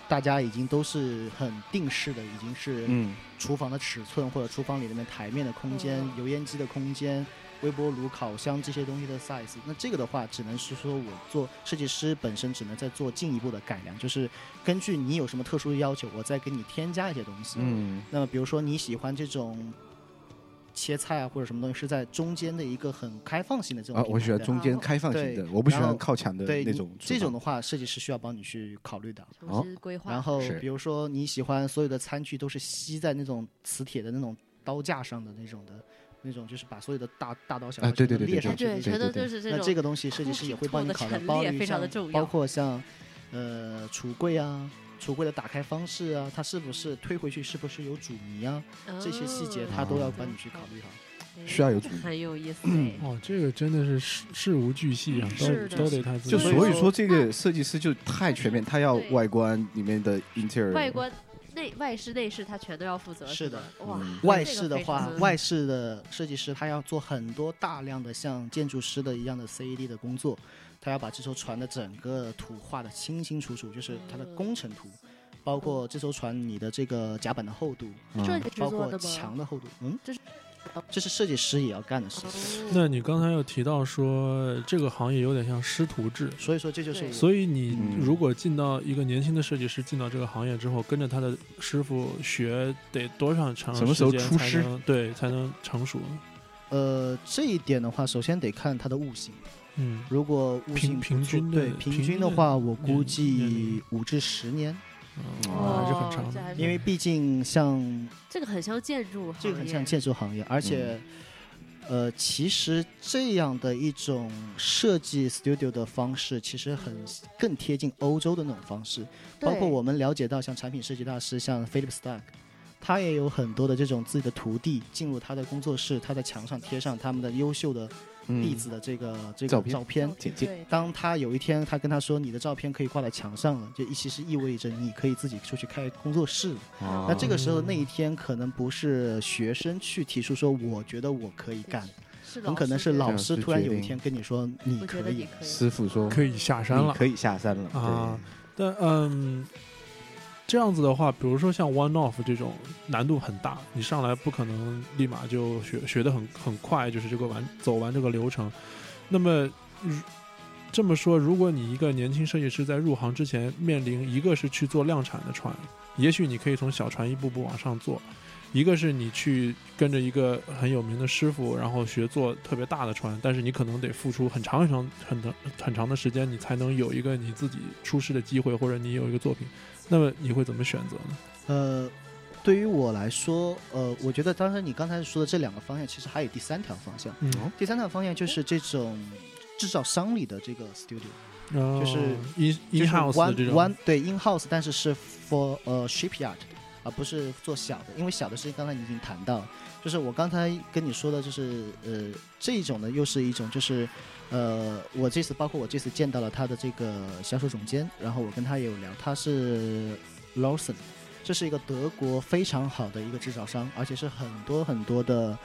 大家已经都是很定式的，已经是嗯厨房的尺寸或者厨房里面台面的空间、嗯油烟机的空间、微波炉、烤箱这些东西的 size。那这个的话，只能是说我做设计师本身只能再做进一步的改良，就是根据你有什么特殊的要求，我再给你添加一些东西。嗯那么比如说你喜欢这种切菜啊或者什么东西是在中间的一个很开放性的这种啊，我喜平欢台的中间开放型的，对我不喜然欢后靠墙的对那你种。这种的话，设计师需要帮你去考虑的。哦重新规划。然后是比如说你喜欢所有的餐具都是吸在那种磁铁的那种刀架上的那种的，那种就是把所有的大大刀小啊刀对全部对对列哎，上去的对，那对全都对就是这那种。这个东西设计师也会帮你考虑， Cooking tool 的陈包列括非常的像重要包括像呃橱柜啊。橱柜的打开方式啊，它是不是推回去，是不是有阻尼啊？嗯这些细啊节它都要帮你去考虑好。虑需要 有主题哦很有意思嗯哎。哦，这个真的是事事无巨细啊，是的都都得他自己就所以所以说说，这个设计师就太全面，他要对外观里面的 interior，哎外观、内外饰、内饰，他全都要负责。吗是的哇嗯，外饰的这话个非，常外饰的设计师他要做很多大量的像建筑师的一样的 CAD 的工作，他要把这艘船的整个图画的清清楚楚，就是它的嗯工程图，包括这艘船你的这个甲板的厚度，嗯这你制包作括的吗？墙的厚度，嗯，这是这是设计师也要干的事哦情，那你刚才又提到说这个行业有点像师徒制，所以说这就是对我所以你嗯如果进到一个年轻的设计师进到这个行业之后，跟着他的师傅学，得多长长什么时候时间出才师能对才能成熟？呃这一点的话，首先得看它的悟性，嗯，如果悟性平平不错均的对平平均均的的话，我年估年计龄五至十年，哦还是很长这还的，是因为毕竟像这个很像建筑行业，这个很像建筑行业，而嗯且，呃，其实这样的一种设计 studio 的方式，其实很更贴近欧洲的那种方式。对，包括我们了解到，像产品设计大师，像 Philip Stark，他也有很多的这种自己的徒弟进入他的工作室，他在墙上贴上他们的优秀的嗯弟子的这个、这照个片照片。简介对当他有一天，他跟他说：“你的照片可以挂在墙上了。”就其实意味着你可以自己出去开工作室了。啊那这个时候那一天可能不是学生去提出说我觉得我可以干，是很可能是老老师师突然有一天跟你说你我觉可得你以。可以。师傅说可以下山你了可以下山了啊。但嗯，这样子的话，比如说像 One Off 这种难度很大，你上来不可能立马就学学得很很快，就是这个完走完这个流程。那么如这么说，如果你一个年轻设计师在入行之前面临一个是去做量产的船，也许你可以从小船一步步往上做。一个是你去跟着一个很有名的师傅，然后学做特别大的船，但是你可能得付出很长很长很长很长的时间，你才能有一个你自己出师的机会，或者你有一个作品。那么你会怎么选择呢？呃，对于我来说，呃，我觉得当然你刚才说的这两个方向，其实还有第三条方向。嗯，第三条方向就是这种制造商里的这个 studio，就是嗯呃 in 就是 in house 的 one 这种 one 对 in house，但是是 for 呃 shipyard 的，而不是做小的，因为小的事情刚才你已经谈到了，就是我刚才跟你说的，就是呃这一种呢，又是一种就是呃我这次包括我这次见到了他的这个销售总监，然后我跟他也有聊，他是 Lawson，这是一个德国非常好的一个制造商，而且是很多很多的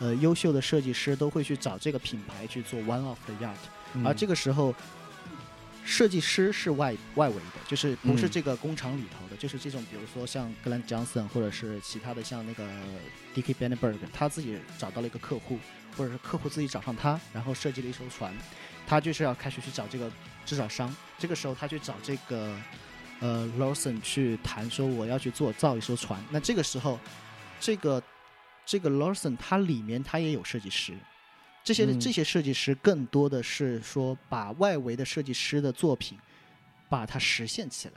呃优秀的设计师都会去找这个品牌去做 one off 的 yard，、而嗯啊这个个时候。设计师是外外围的，就是不是嗯这个工厂里头的，就是这种，比如说像格兰 Johnson 或者是其他的，像那个 D.K. b e n n e b e r g 他自己找到了一个客户，或者是客户自己找上他，然后设计了一艘船，他就是要开始去找这个制造商。这个时候，他去找这个呃 Lawson 去谈说我要去做造一艘船。那这个时候，这个这个 Lawson 它里面它也有设计师，这些、嗯这些设计师更多的是说把外围的设计师的作品把它实现起来，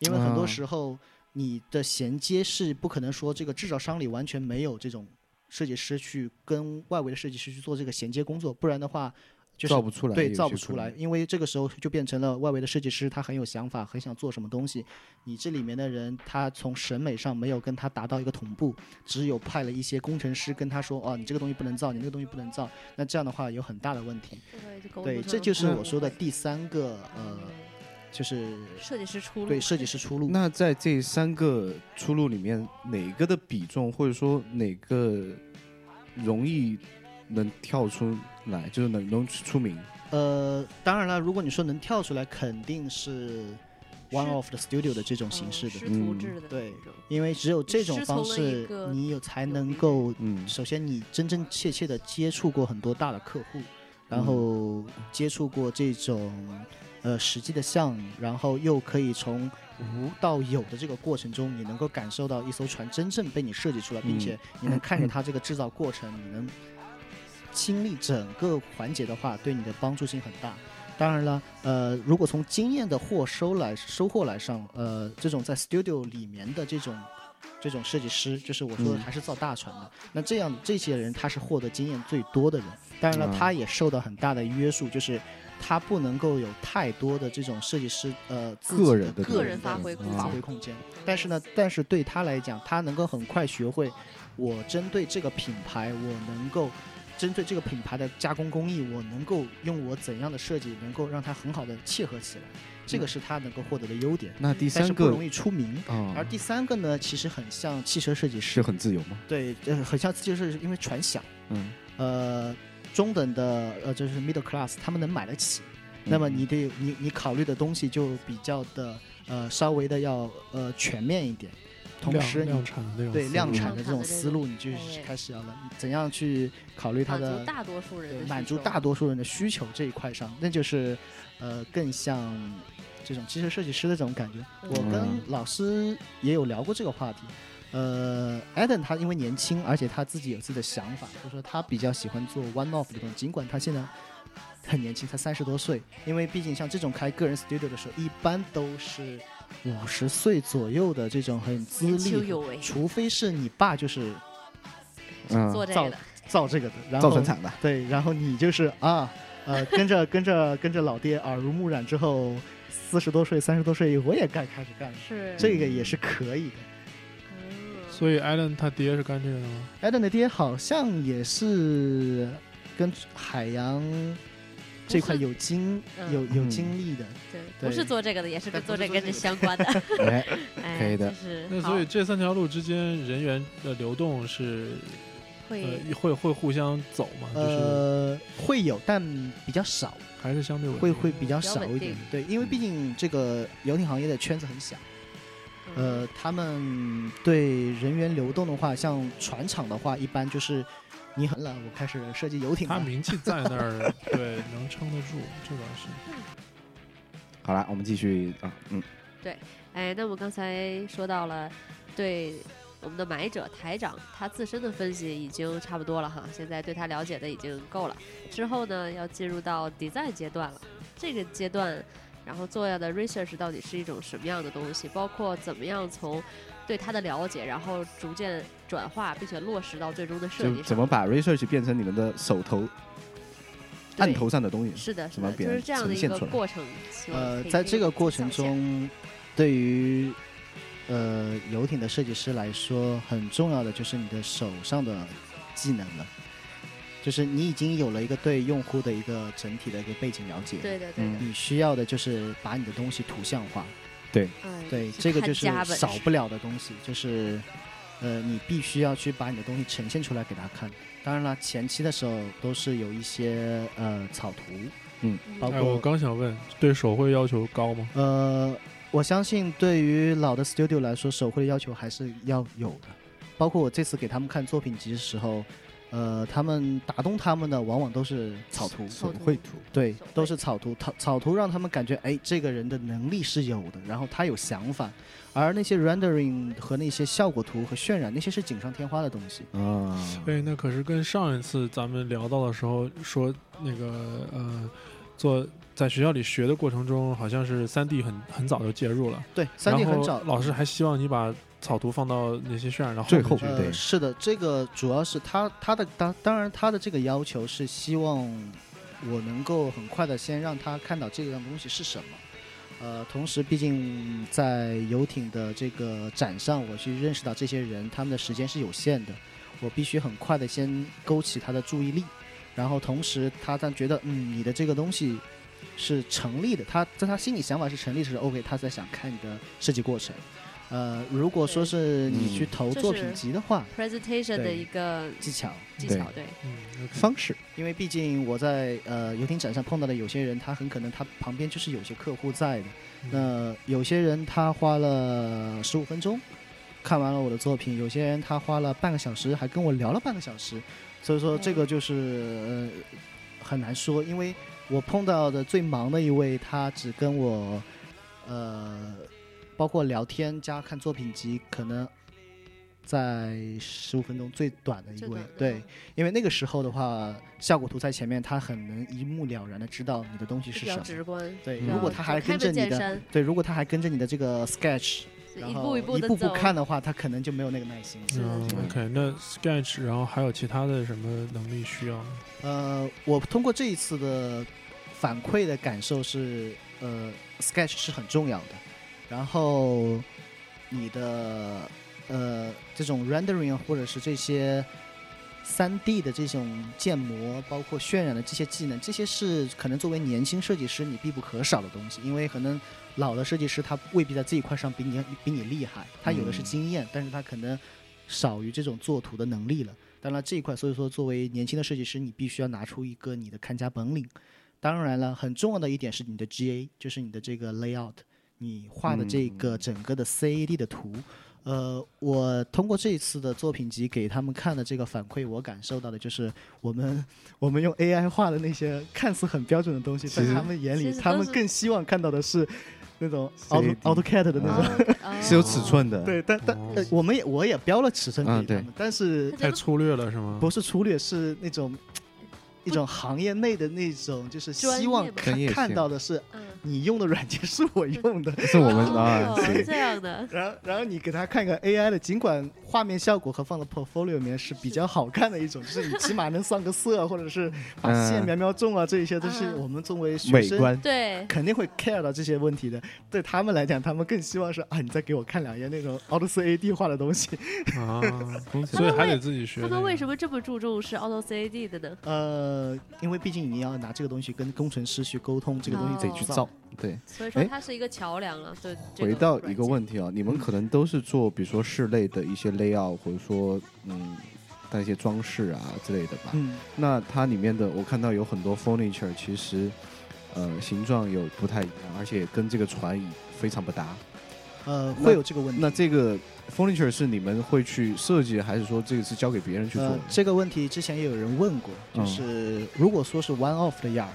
因为很多啊时候你的衔接是不可能说这个制造商里完全没有这种设计师去跟外围的设计师去做这个衔接工作，不然的话就是造不出来，对，有造些不可出来，能。因为这个时候就变成了外围的设计师，他很有想法，很想做什么东西。你这里面的人，他从审美上没有跟他达到一个同步，只有派了一些工程师跟他说：“哦，你这个东西不能造，你那个东西不能造。”那这样的话有很大的问题。哦对，这就是嗯我说的第三个呃，就是设计师出路。对设计师出路。那在这三个出路里面，哪个的比重或者说哪个容易能跳出来，就是能能出名？呃，当然了，如果你说能跳出来，肯定是 one 是 of the studio 的这种嗯形式的，师徒制的对那种因为只有这种师方从了一式个，你有才牛能逼的够嗯首先你真真切切的接触过很多大的客户，然后嗯接触过这种呃实际的项目，然后又可以从无到有的这个过程中，你能够感受到一艘船真正被你设计出来，嗯并且你 能看着它这个制造过程，你能经历整个环节的话，对你的帮助性很大。当然了，呃，如果从经验的获收来收获来上，呃，这种在 studio 里面的这种这种设计师，就是我说的嗯还是造大船的。那这样这些人他是获得经验最多的人，当然了，啊他也受到很大的约束，就是他不能够有太多的这种设计师呃自己个人的啊个个人人发的挥空间发挥空间。但是呢，但是对他来讲，他能够很快学会，我针对这个品牌，我能够针对这个品牌的加工工艺，我能够用我怎样的设计，能够让它很好的切合起来，这个是他能够获得的优点，那嗯第但三是不个容易出名。啊，而第三个呢，其实很像汽车设计师是，很自由吗？对，呃，很像就是因为船小，嗯，呃，中等的呃就是 middle class，他们能买得起，嗯那么你得你你考虑的东西就比较的呃稍微的要呃全面一点，同量时你量产的那种对思量路产的这种量产的思路，你就这种是哎开始要了怎样去考虑它满足的大多数人对的满需足求大多数人的需求这一块上，那就是呃更像这种汽车设计师的这种感觉。嗯我跟嗯老师也有聊过这个话题。呃，Adam 他因为年轻，而且他自己有自己的想法，就说他比较喜欢做 one off 的东西，尽管他现在。很年轻，才三十多岁，因为毕竟像这种开个人 studio 的时候，一般都是五十岁左右的这种很资年轻历，有为，除非是你爸就是嗯做这造个的，造这个的，然造后船厂 的，对，然后你就是啊， 呃，跟着跟着跟着老爹耳濡目染之后，四十多岁、三十多岁我也干开始干了，是这个也是可以的。嗯所以艾伦他爹是干这个的吗？艾登的哎爹好像也是跟海洋这块有经嗯有有嗯经历的，对，对不是做这个的，也是跟但不做是这个跟做这这个相 关的。哎，哎可以的就是那好所以这三条路之间人员的流动是会呃会会互相走嘛，嗯就是呃，会有，但比较少，还是相对稳定会会比较比较少稳一点定。对，因为毕竟这个游艇行业的圈子很小。嗯呃，他们对人员流动的话，像船厂的话，一般就是你很了，我开始设计游艇他了。名气在那 儿，对，能撑得住，这倒是。好了，我们继续啊，嗯，哎，那么刚才说到了对我们的买者台长他自身的分析已经差不多了哈，现在对他了解的已经够了。之后呢，要进入到 design 阶段了，这个阶段。然后做的 research 到底是一种什么样的东西，包括怎么样从对它的了解，然后逐渐转化，并且落实到最终的设计就上。怎么把 research 变成你们的手头对案头上的东西？是的，是怎么的，别就人是这样的呈一现个出来过程。希望呃可，以在给这你个们过想程象，中，对于呃游艇的设计师来说，很重要的就是你的手上的技能了，就是你已经有了一个对用户的一个整体的一个背景了解。对的，对的，嗯你需要的就是把你的东西图像化，哎，对，去这个看就是家本少事不了的东西，就是呃，你必须要去把你的东西呈现出来给他看。当然了，前期的时候都是有一些呃草图，嗯包哎，括我刚想问，对手绘要求高吗？呃，我相信对于老的 studio 来说，手绘的要求还是要有的。包括我这次给他们看作品集的时候，呃，他们打动他们的往往都是草图，草图绘图，对手绘，都是草图，草草图让他们感觉，哎，这个人的能力是有的，然后他有想法，而那些 rendering 和那些效果图和渲染，那些是锦上添花的东西。啊，对，哎那可是跟上一次咱们聊到的时候说那个呃，做在学校里学的过程中，好像是三 D 很很早就介入了，对，三 D 然后很早，老师还希望你把草图放到那些渲染的最后后面去。对呃，是的，这个主要是他他的当当然他的这个要求是希望我能够很快的先让他看到这样东西是什么。呃，同时，毕竟在游艇的这个展上，我去认识到这些人，他们的时间是有限的，我必须很快的先勾起他的注意力，然后同时他但觉得，嗯，你的这个东西是成立的，他在他心里想法是成立的时候，OK，他才想看你的设计过程。呃，如果说对是你去嗯投这作是品集的话， presentation 的对一个技巧，技对巧，对，嗯，OK，方式，因为毕竟我在呃游艇展上碰到的有些人，他很可能他旁边就是有些客户在的，嗯那有些人他花了十五分钟看完了我的作品，有些人他花了半个小时还跟我聊了半个小时，所以嗯说这个就是呃很难说，因为我碰到的最忙的一位，他只跟我呃包括聊天加看作品集，可能在十五分钟最短的一最位短的，嗯对。因为那个时候的话，效果图在前面，他很能一目了然的知道你的东西比是较什直么。观。对，嗯如果他还开跟着门你见的，山，对，如果他还跟着你的这个 sketch，然一后步一步的步走，看的话，他可能就没有那个耐心了。是的嗯是的，OK，那 Sketch，然后还有其他的什么能力需要？呃，我通过这一次的反馈的感受是，呃，sketch 是很重要的，然后你的呃这种 rendering 啊或者是这些三 D 的这种建模，包括渲染的这些技能，这些是可能作为年轻设计师你必不可少的东西，因为可能老的设计师他未必在这一块上比你比你厉害，他有的是嗯经验，但是他可能少于这种作图的能力了。当然了这一块，所以说作为年轻的设计师，你必须要拿出一个你的看家本领。当然了，很重要的一点是你的 GA，就是你的这个 layout，你画的这嗯个整个的 CAD 的图。呃，我通过这一次的作品集给他们看的这个反馈，我感受到的就是我们我们用 AI 画的那些看似很标准的东西，在其实他们眼其里，实他都们是更希望看到的是那种 CAD Auto AutoCAD 的那种。啊是有尺寸的， 对，但但、呃我们也我也标了尺寸给嗯他们，哦对但是哦他太觉得粗略了是吗？不是粗略，是那种一种行业内的那种，就是专希业望吧专看业性看到的是嗯，你用的软件是我用 的，是我们啊，哦行这样的，然后然后你给他看个 AI 的，尽管画面效果和放到 portfolio 里面是比较好看的 一种，就是你起码能上个色，或者是把线嗯描描中啊，这一些都是嗯我们作为学美生观，对，肯定会 care 到这些问题的。对他们来讲，他们更希望是啊，你再给我看两页那种 Odyssey AD 画的东西。 啊，所以还得自己学。他们为什么？么这么注重是 Auto CAD 的呢？呃，因为毕竟你要拿这个东西跟工程师去沟通，这个东西哦得去造，对。所以说哎它是一个桥梁了。对，这回到一软个件，问题啊，你们可能都是做，比如说室内的一些 layout，或者说嗯，那些装饰啊之类的吧。嗯，那它里面的，我看到有很多 furniture，其实呃形状有不太一样，而且跟这个船椅非常不搭。呃，那会有这个问题。那这个 furniture 是你们会去设计，还是说这个是交给别人去做呃的？，这个问题之前也有人问过，就嗯是如果说是 one off 的 yard，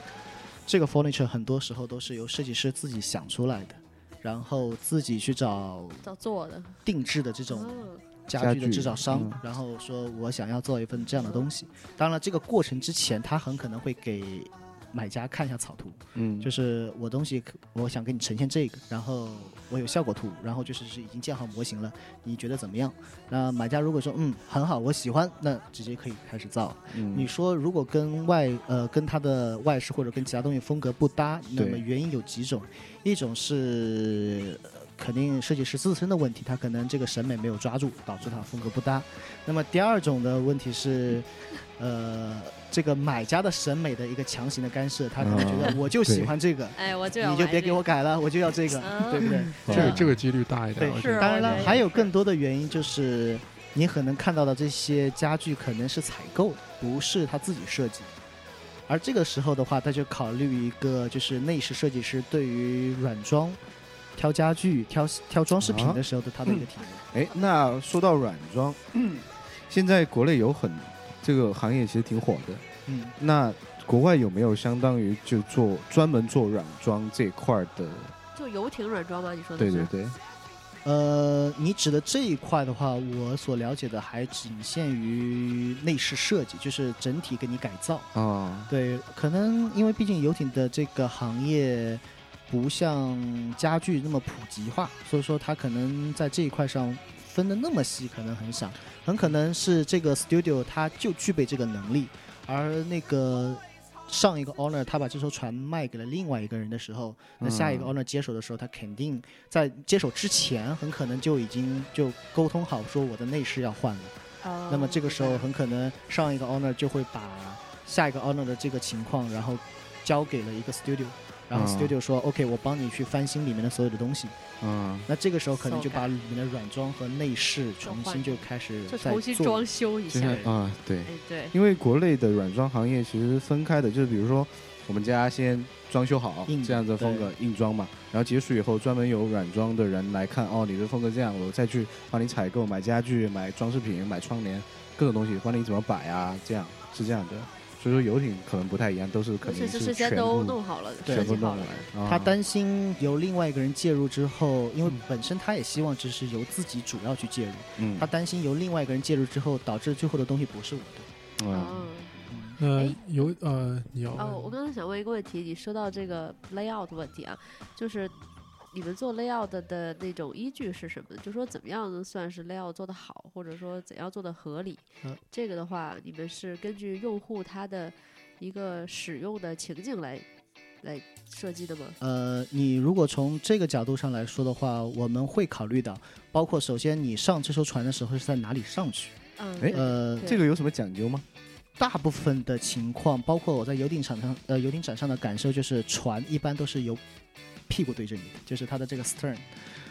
这个 furniture 很多时候都是由设计师自己想出来的，然后自己去找早做的，定制的这种嗯，家具家具的制造商，嗯然后说我想要做一份这样的东西。当然，这个过程之前，他很可能会给买家看一下草图，嗯，就是我东西可我想给你呈现这个，然后我有效果图，然后就是是已经建好模型了，你觉得怎么样？那买家如果说嗯很好，我喜欢，那直接可以开始造。嗯你说如果跟外呃跟它的外饰或者跟其他东西风格不搭，那么对原因有几种，一种是。呃肯定设计师自身的问题，他可能这个审美没有抓住，导致他风格不搭。那么第二种的问题是，呃，这个买家的审美的一个强行的干涉，他可能觉得嗯我就喜对欢这个，哎，我就要你就买别这给个我改了，我就要这个，啊对不对？这个这个几率大一点，对我觉得是当然我觉了，得还也有是更多的原因就是，你可能看到的这些家具可能是采购的，不是他自己设计的。而这个时候的话，他就考虑一个就是内饰设计师对于软装、挑家具、挑挑装饰品的时候的他的一个体验。哎，那说到软装，现在国内有很这个行业其实挺火的，嗯，那国外有没有相当于就做专门做软装这一块儿的？就游艇软装吗？你说的对嗯是？对对，呃，你指的这一块的话，我所了解的还仅限于内饰设计，就是整体给你改造。哦，对，可能因为毕竟游艇的这个行业不像家具那么普及化，所以说它可能在这一块上分的那么细，可能很少，很可能是这个 studio 它就具备这个能力，而那个。上一个 owner 他把这艘船卖给了另外一个人的时候，那下一个哦嗯 owner 接手的时候，他肯定在接手之前，很可能就已经就沟通好说我的内饰要换了。哦那么这个时候很可能上一个 owner 就会把下一个 owner 的这个情况，然后交给了一个 studio，然后嗯 studio 说、OK，我帮你去翻新里面的所有的东西。嗯，那这个时候可能手就感把里面的软装和内饰重新就开始就再重新做装。修一就下是。啊，对哎，，对，因为国内的软装行业其实分开的，就是比如说我们家先装修好硬这样子的风格硬装嘛，然后结束以后专门有软装的人来看，哦，你的风格这样，我再去帮你采购、买家具、买装饰品、买窗帘各种东西，帮你怎么摆啊，这样是这样的。所以说游艇可能不太一样，都是而肯且定这事全先部都弄好了，对设全部计好弄了完。。啊他担心由另外一个人介入之后，因为嗯本身他也希望就是由自己主要去介入，嗯他担心由另外一个人介入之后，导致最后的东西不是我的。嗯哦那、哎有呃，你要哦，我刚才想问一个问题，你说到这个 layout 问题啊，就是你们做 layout 的的那种依据是什么？就说怎么样能算是 layout 做得好，或者说怎样做得合理？嗯这个的话，你们是根据用户他的一个使用的情境来来设计的吗？呃，你如果从这个角度上来说的话，我们会考虑到，包括首先你上这艘船的时候是在哪里上去，嗯，哎对呃，对这个有什么讲究吗？大部分的情况，包括我在游艇场上，呃，游艇展上的感受就是，船一般都是由屁股对着你的，就是它的这个 stern。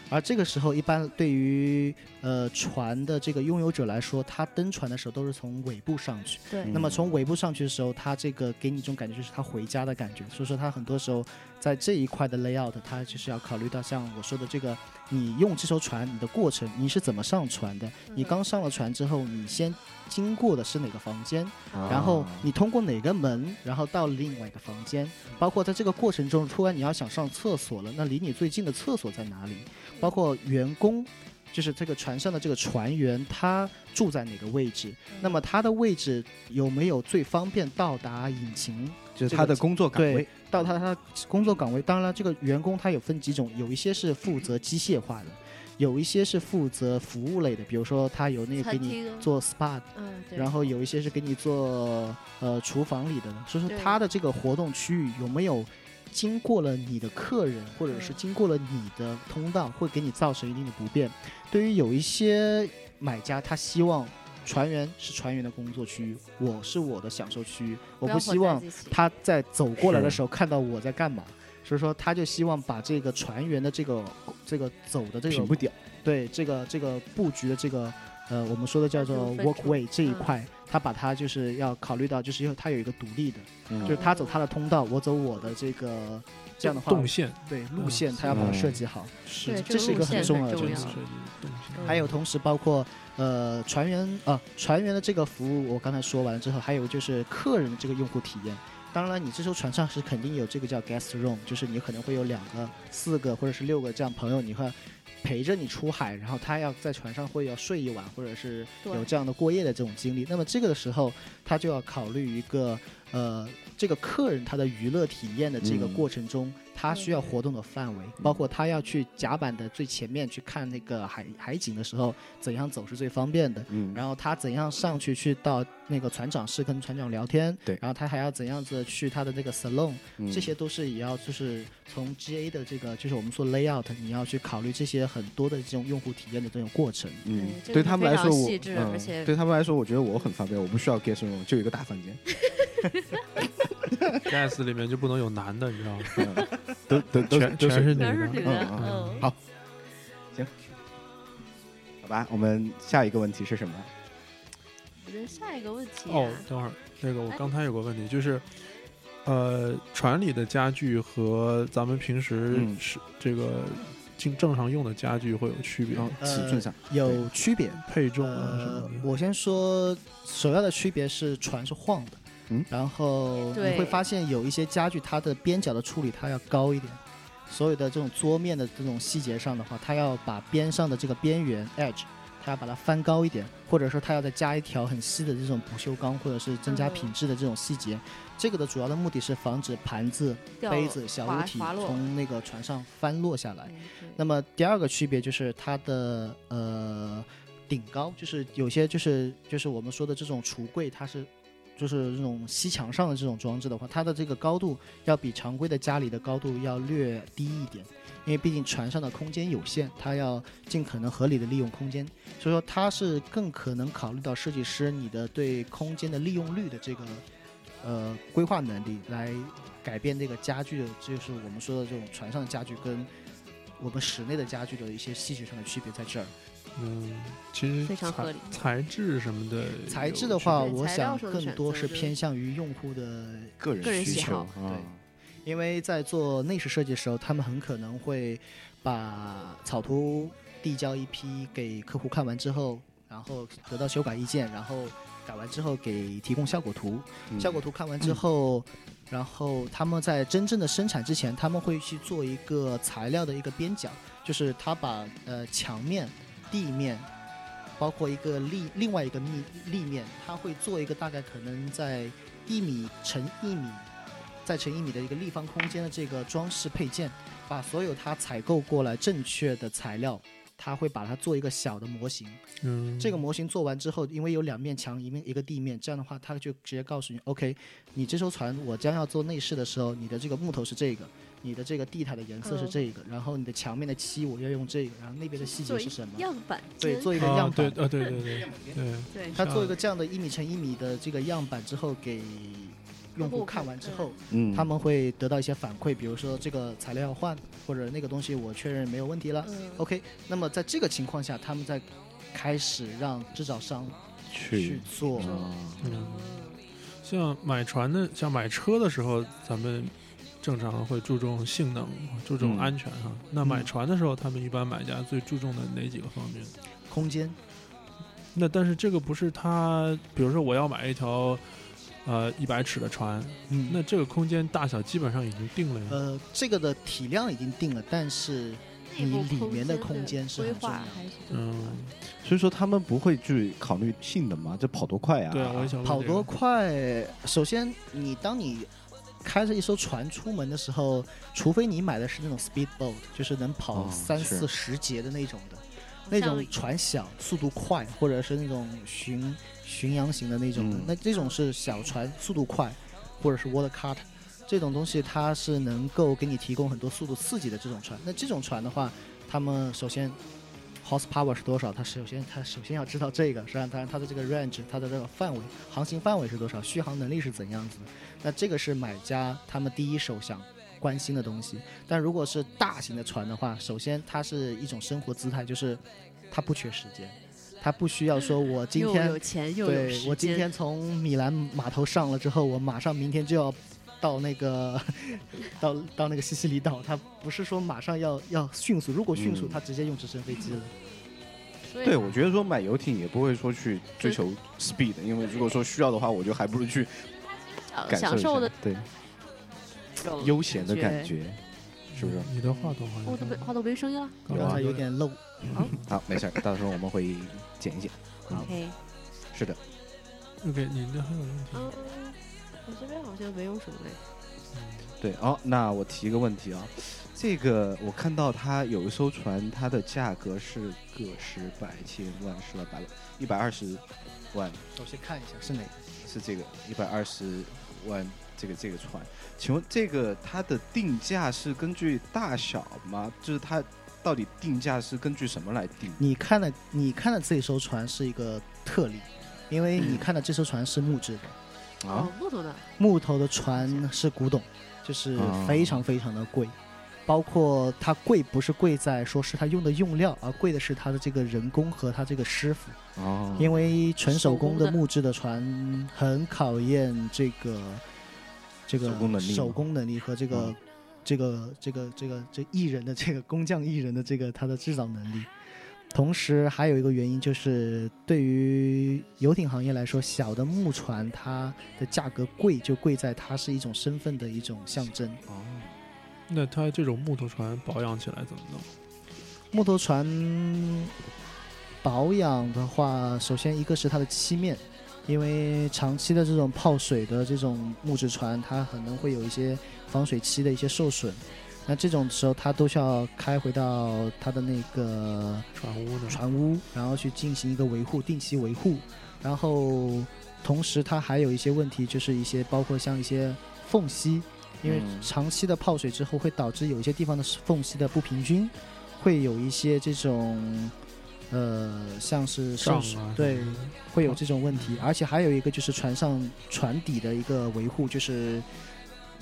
而这个时候，一般对于呃船的这个拥有者来说，他登船的时候都是从尾部上去。对那么从尾部上去的时候，它这个给你一种感觉就是它回家的感觉，所以说它很多时候在这一块的 layout，它就是要考虑到像我说的这个，你用这艘船你的过程，你是怎么上船的？你刚上了船之后，你先经过的是哪个房间？哦啊然后你通过哪个门，然后到另外一个房间，包括在这个过程中，突然你要想上厕所了，那离你最近的厕所在哪里？包括员工，就是这个船上的这个船员，他住在哪个位置？嗯那么他的位置有没有最方便到达引擎？就是他的工作岗位对，到他他工作岗位，当然了，这个员工他有分几种，有一些是负责机械化的，有一些是负责服务类的，比如说他有那个给餐你厅啊，做 SPA 嗯，对，然后有一些是给你做呃厨房里的，所以说对它的这个活动区域有没有经过了你的客人，或者是嗯经过了你的通道，会给你造成一定的不便。对于有一些买家，他希望船员是船员的工作区域，我是我的享受区域，我要混不希在望一起他在走过来的是时候看到我在干嘛。所以说，他就希望把这个船员的这个这个走的这个品不屌，对这个这个布局的这个呃，我们说的叫做就分出 walkway 这一嗯块，它把它就是要考虑到，就是因为它有一个独立的，嗯就是他走他的通道，我走我的这个这样的话，动线对路嗯线，它要把它嗯设计好。是对这是一个很重要的整这个体路线很设重计动嗯线，还有同时包括呃船员啊船员的这个服务，我刚才说完了之后，还有就是客人的这个用户体验。当然了，你这艘船上是肯定有这个叫 guest room，就是你可能会有两个、四个或者是六个这样朋友，你会陪着你出海，然后他要在船上会要睡一晚，或者是对有这样的过夜的这种经历。那么这个的时候，他就要考虑一个呃，这个客人他的娱乐体验的这个嗯过程中，他需要活动的范围，包括他要去甲板的最前面去看那个海海景的时候，怎样走是最方便的。嗯，然后他怎样上去去到那个船长室跟船长聊天，对然后他还要怎样子去他的那个 salon，嗯这些都是也要就是从 GA 的这个就是我们说 layout，你要去考虑这些很多的这种用户体验的这种过程。嗯对，这对个他是们来非常说我，细致而且嗯，对他们来说，我觉得我很方便，我不需要 guest room，就有一个大房 间， gas 里面就不能有男的，你知道 吗？嗯都都都都全嗯全是全是嗯女女的的，嗯嗯嗯，好行，好吧，我们下一个问题是什么？我们下一个问题、啊、哦，等会儿，那个我刚才有个问题，就是，呃，船里的家具和咱们平时嗯是这个经正常用的家具会有区别然吗，后嗯哦尺寸上，有区别。配重啊什呃么，的。我先说首要的区别是船是晃的，嗯然后对你会发现有一些家具它的边角的处理它要高一点，所有的这种桌面的这种细节上的话，它要把边上的这个边缘 edge，它要把它翻高一点，或者说它要再加一条很细的这种不锈钢，或者是增加嗯品质的这种细节。这个的主要的目的是防止盘子、掉杯子、小物滑体滑落从那个船上翻落下来。嗯对那么第二个区别就是它的呃顶高，就是有些就是就是我们说的这种橱柜，它是就是这种西墙上的这种装置的话，它的这个高度要比常规的家里的高度要略低一点，因为毕竟船上的空间有限，它要尽可能合理的利用空间，所以说它是更可能考虑到设计师你的对空间的利用率的这个呃规划能力来改变这个家具的，就是我们说的这种船上家具跟我们室内的家具的一些细节上的区别在这儿。嗯，其实非常材合理材质什么的，材质的话，对我材料想上的更选多择是就偏向于用户的个个人需喜求好啊对因为在做内饰设计的时候，他们很可能会把草图递交一批给客户看完之后，然后得到修改意见，然后改完之后给提供效果图，嗯效果图看完之后，然后他们在真正的生产之前，他们会去做一个材料的一个边角，就是他把呃墙面、地面，包括一个立另外一个立立面，他会做一个大概可能在一米乘一米，再乘一米的一个立方空间的这个装饰配件，把所有他采购过来正确的材料，他会把它做一个小的模型。嗯，这个模型做完之后，因为有两面墙，一面一个地面，这样的话，它就直接告诉你，OK，你这艘船我将要做内饰的时候，你的这个木头是这个，你的这个地毯的颜色是嗯这个，然后你的墙面的漆我要用这个，然后那边的细节做是一什么？样板对，间做一个啊样，对板。啊，对对嗯对对，对它做一个这样的一米乘一米的这个样板之后，给用客户户看看完之后，嗯，他们会得到一些反馈，比如说这个材料要换，或者那个东西我确认没有问题了。嗯 OK，那么在这个情况下，他们再开始让制造商去去做啊，嗯，像买船的，像买车的时候，咱们正常会注重性能，注重嗯安全哈。那嗯买船的时候，他们一般买家最注重的哪几个方面？空间。那但是这个不是他，比如说我要买一条。呃，一百尺的船，嗯那这个空间大小基本上已经定了呀。呃，这个的体量已经定了，但是内部你里面的空间间是规很重划要的还是很重要的嗯，所以说他们不会去考虑性能嘛，这跑多快啊？对啊，我也想问跑这个多快？首先，你当你开着一艘船出门的时候，除非你买的是那种 speedboat，就是能跑哦三是四十节的那种的，好那像种船小、速度快，或者是那种巡巡洋型的那种的，嗯那这种是小船，速度快，或者是 water cut 这种东西，它是能够给你提供很多速度刺激的这种船。那这种船的话，他们首先 horsepower 是多少？它首先它首先要知道这个，是让它它的这个 range，它的这个范围，航行范围是多少，续航能力是怎样子的。那这个是买家他们第一手想关心的东西。但如果是大型的船的话，首先它是一种生活姿态，就是它不缺时间，它不需要说我今又天有钱又有时对间，我今天从米兰码头上了之后，我马上明天就要到那个 到到那个西西里岛，它不是说马上要要迅速，如果迅速，嗯它直接用直升飞机了。所以对，我觉得说买游艇也不会说去追求 speed，因为如果说需要的话，我就还不如去享感受呃享一下受的对这种哦悠闲的感觉，是嗯不是？你的话筒好像我都没话筒没声音了。刚有刚啊才才有点漏，好，没事儿，到时候我们会剪 一剪。好 OK，是的，嗯 OK，你那还有问题？嗯，我这边好像没有什么嘞。嗯对哦，那我提一个问题啊、这个我看到它有一艘船，它的价格是个十百千万十万百一百二十万，我先看一下是哪个。是这个一百二十万这个这个船，请问这个它的定价是根据大小吗？就是它到底定价是根据什么来定？你看的你看的这艘船是一个特例，因为你看的这艘船是木质的，啊嗯哦，木头的，木头的船是古董，就是非常非常的贵。包括它贵不是贵在说是它用的用料，而贵的是它的这个人工和它这个师傅，哦，因为纯手工手工的的木质的船很考验这个这个手工能力吗手工能力和这个嗯这个这个这个这艺人的这个工匠艺人的这个他的制造能力。同时还有一个原因就是，对于游艇行业来说，小的木船它的价格贵就贵在它是一种身份的一种象征。哦，那它这种木头船保养起来怎么弄？木头船保养的话，首先一个是它的漆面，因为长期的这种泡水的这种木质船，它可能会有一些防水漆的一些受损。那这种时候，它都需要开回到它的那个船坞呢？船坞，然后去进行一个维护，定期维护。然后同时它还有一些问题，就是一些包括像一些缝隙，因为嗯长期的泡水之后会导致有一些地方的缝隙的不平均，会有一些这种呃像是上渗水啊，对什么的会有这种问题。而且还有一个就是船上船底的一个维护，就是。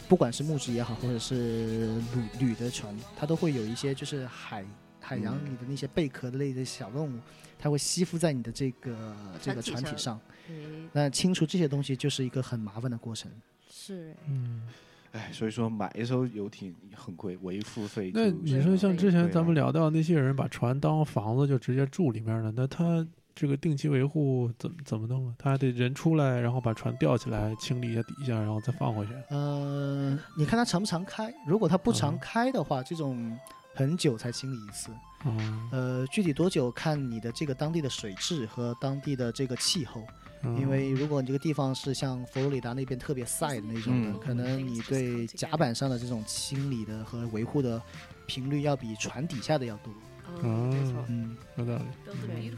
不管是木质也好，或者是铝铝的船，它都会有一些就是海海洋嗯里的那些贝壳类的小动物，它会吸附在你的这个这个船船体体上上。哎，那清除这些东西就是一个很麻烦的过程。是哎嗯。哎，所以说买一艘游艇很贵，维护费就那你说像之前咱们聊到那些人把船当房子就直接住里面了，那他这个定期维护怎么怎么弄啊？他还得人出来，然后把船吊起来，清理一下底下，然后再放回去。啊呃，你看它常不常开？如果它不常嗯开的话，这种很久才清理一次。嗯，呃，具体多久看你的这个当地的水质和当地的这个气候。嗯因为如果你这个地方是像佛罗里达那边特别晒的那种的，嗯可能你对甲板上的这种清理的和维护的频率要比船底下的要多。啊嗯，没错。嗯，有道理。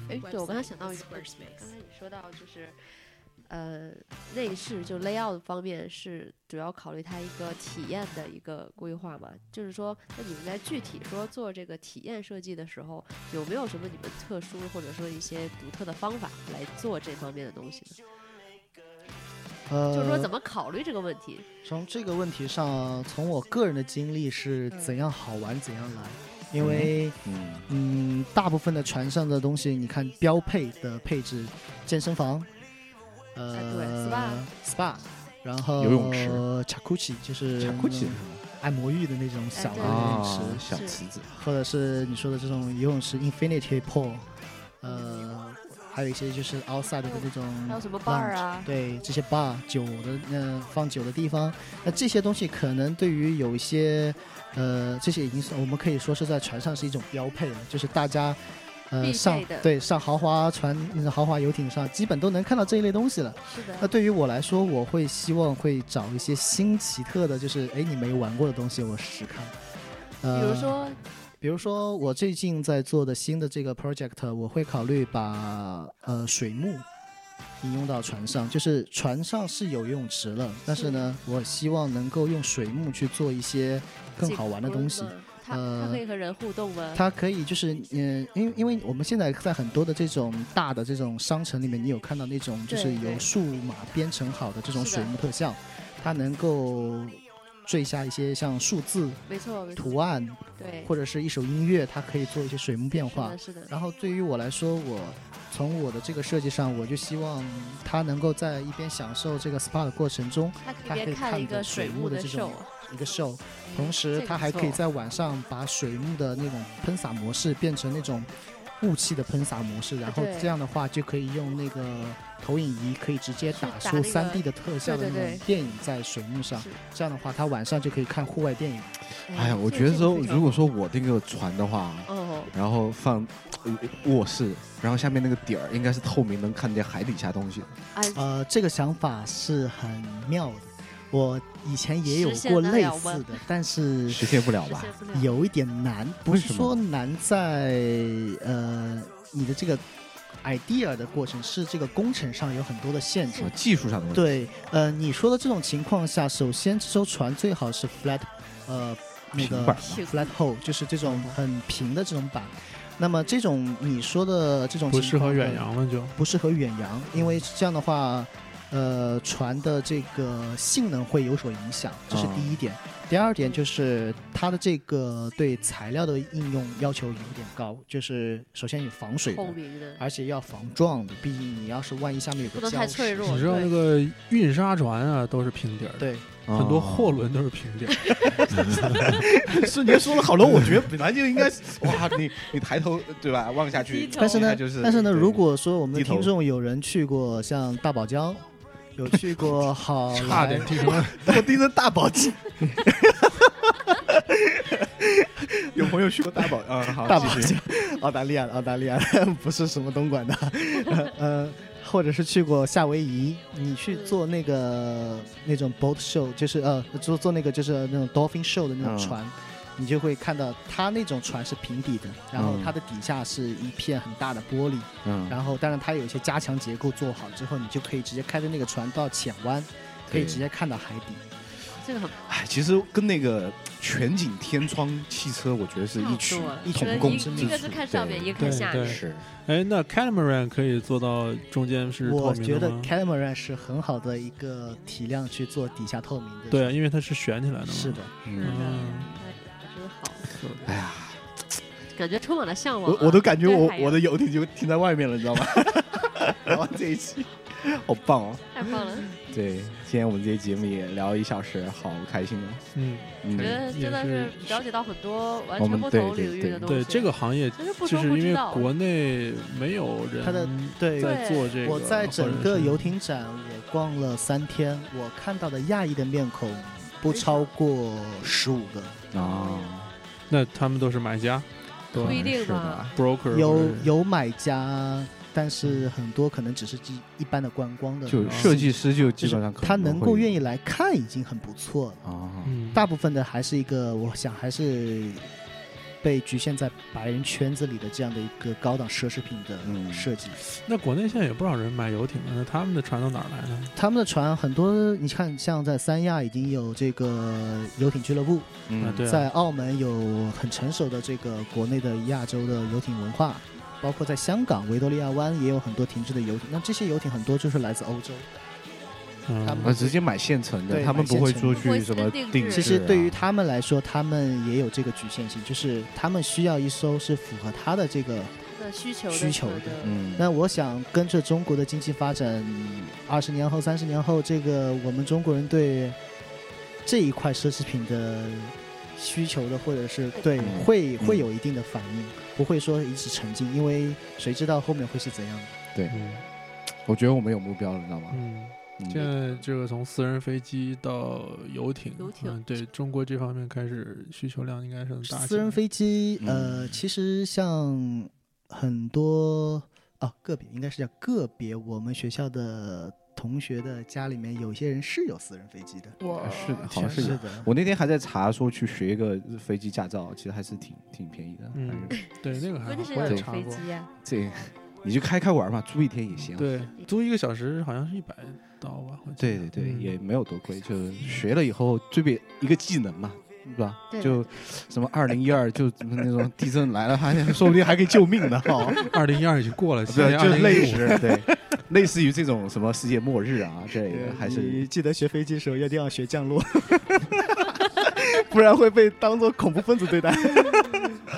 哎，对，我刚才想到一个问题，刚 Squarespace. 才你说到就是，呃，内饰就 layout 方面是主要考虑它一个体验的一个规划嘛？就是说，那你们在具体说做这个体验设计的时候，有没有什么你们特殊或者说一些独特的方法来做这方面的东西呢？呃，就是说怎么考虑这个问题？从这个问题上，从我个人的经历是嗯怎样好玩怎样来，因为嗯嗯，大部分的船上的东西，你看标配的配置，健身房，呃、哎对 SPA，然后游泳池 c h a k u c h i 就是卡库那奇种按摩浴的那种小的嗯哎对游泳池，啊，小是池子，或者是你说的这种游泳池 Infinity Pool，呃，还有一些就是 outside 的那种还有什么 bar lounge 啊？对这些 bar 酒的呃放酒的地方，那这些东西可能对于有一些呃这些已经是我们可以说是在船上是一种标配了，就是大家必呃备上的对上豪华船、那种豪华游艇上基本都能看到这一类东西了。是那的，对于我来说，我会希望会找一些新奇特的，就是哎你没玩过的东西，我试试看。呃、比如说，比如说，我最近在做的新的这个 project，我会考虑把呃水幕引用到船上，就是船上是有游泳池了，但是呢，我希望能够用水幕去做一些更好玩的东西。它它呃可以和人互动吗？它可以就是嗯、因为因为我们现在在很多的这种大的这种商城里面，你有看到那种就是对对由数码编程好的这种是的水幕特效，它能够缀下一些像数字没错，没错，图案对，或者是一首音乐，它可以做一些水幕变是化。的，是的，然后对于我来说，我从我的这个设计上，我就希望他能够在一边享受这个 SPA 的过程中，它可以它边可以看看一着个水水幕幕的的这 show 种。一个 show，同这时个他不还可以错在晚上把水幕的那种喷洒模式变成那种雾气的喷洒模式，然后对这样的话就可以用那个投影仪可以直接打去打出那个 3D 的特效的对那对种电影在水幕上是，嗯这样的话他晚上就可以看户外电影。哎呀，我觉得说如果说我订个船的话，哦，然后放呃卧室，然后下面那个底儿应该是透明，能看见海底下东西的。哎，呃，这个想法是很妙的，我以前也有实现过得类了吗似的，但是实现不了实吧？现不了有一点难，不为是什么说难在呃你的这个 idea 的过程，是这个工程上有很多的限制啊。，技术上的问题。对，呃，你说的这种情况下，首先这艘船最好是 flat，呃，那平个板平 flat hole，就是这种很平的这种板。那么这种你说的这种不情适合况远呢洋了就。不适合远洋，因为这样的话，呃船的这个性能会有所影响，这是啊第一点。第二点就是它的这个对材料的应用要求有点高，就是首先有防水的啊透，明的，而且要防撞的，毕竟你要是万一下面有不个能太礁石脆弱你知道对那个运沙船啊，都是平底儿的，对，啊很多货轮都是平底儿的。 是你说了好多，我觉得本来就应该是哇，你你抬头对吧，望下低去，头但是应呢，该就是但是呢，对如果说我们的低头听众有人去过像大堡礁，有去 过好差点莱听成了我盯着大宝鸡。有朋友去过大宝啊、好，大堡继续礁，澳大利亚的，澳大利亚 的不是什么东莞的，呃，或者是去过夏威夷，你去做那个那种 boat show，就是呃，做做那个就是那种 dolphin show 的那种嗯船。你就会看到，它那种船是平底的，然后嗯它的底下是一片很大的玻璃，嗯，然后当然它有一些加强结构做好之后，你就可以直接开着那个船到浅湾，可以对直接看到海底。这个很哎，其实跟那个全景天窗汽车，我觉得是差一不曲多了一觉得同共一之一个处是看上面，对一个看对下对面。是哎，那 catamaran 可以做到中间是透我明觉的得吗？ catamaran 是很好的一个体量去做底下透明的。对啊，因为它是悬起来的嘛。是是的。的，嗯哎真好，哎呀，感觉充满了向往啊。我我都感觉对我海洋我的游艇就停在外面了，你知道吗？ 然后这一期好棒哦！太棒了，对，今天我们这期节目也聊了一小时，好开心哦。嗯，嗯觉得真的是也是了解到很多我完全们不对同对领域对的东西。对，这个行业真是不就说是不因知为道。国内没有人它的对在做这个，我在整或者个是游艇展我逛了三天，我看到的亚裔的面孔不超过十五个，啊，那他们都是买家，对不一定是的啊嘛 broker 或啊有者是嗯有买家，但是很多可能只是一一般的观光的，就设计师就基本上嗯他能够愿意意来看已经很不错了。啊，嗯大部分的还是一个，我想还是被局限在白人圈子里的这样的一个高档奢侈品的嗯设计。那国内现在也不少人买游艇了，那他们的船到哪儿来呢？他们的船很多，你看，像在三亚已经有这个游艇俱乐部，嗯啊，对啊，在澳门有很成熟的这个国内的亚洲的游艇文化。包括在香港维多利亚湾也有很多停滞的游艇，那这些游艇很多就是来自欧洲。他嗯们我啊直接买现成的，对他们不会出买去现什成么的定制啊。其实对于他们来说，他们也有这个局限性，就是他们需要一艘是符合他的这个的需求的需求可的能嗯，那我想跟着中国的经济发展，二十年后、三十年后，这个我们中国人对这一块奢侈品的需求的，或者是对嗯会嗯会有一定的反应，不会说一直沉浸，因为谁知道后面会是怎样的？嗯我觉得我们有目标了，你知道吗？嗯，嗯现在这个从私人飞机到游艇，游艇嗯，对中国这方面开始需求量应该是很大起来。私人飞机，呃，嗯其实像很多啊，个别应该是叫个别，我们学校的同学的家里面有些人是有私人飞机的，哇，是的好像哦天是哪有是的。 我那天还在查说去学一个飞机驾照，其实还是挺挺便宜的。嗯反正对那个还关键是好，我要也有查飞过。机啊，这你就开开玩嘛，租一天也行。啊对，租一个小时好像是一百刀吧？我记对得对对，嗯也没有多贵，就学了以后最别一个技能嘛，是吧？对就什么二零一二，就什么那种地震来了，还说不定 还可以救命呢，哈、二零一二已经过了，不现是在就2015类似对，类似于这种什么世界末日啊之类的，还你是记得学飞机的时候一定要学降落， 不然会被当做恐怖分子对待。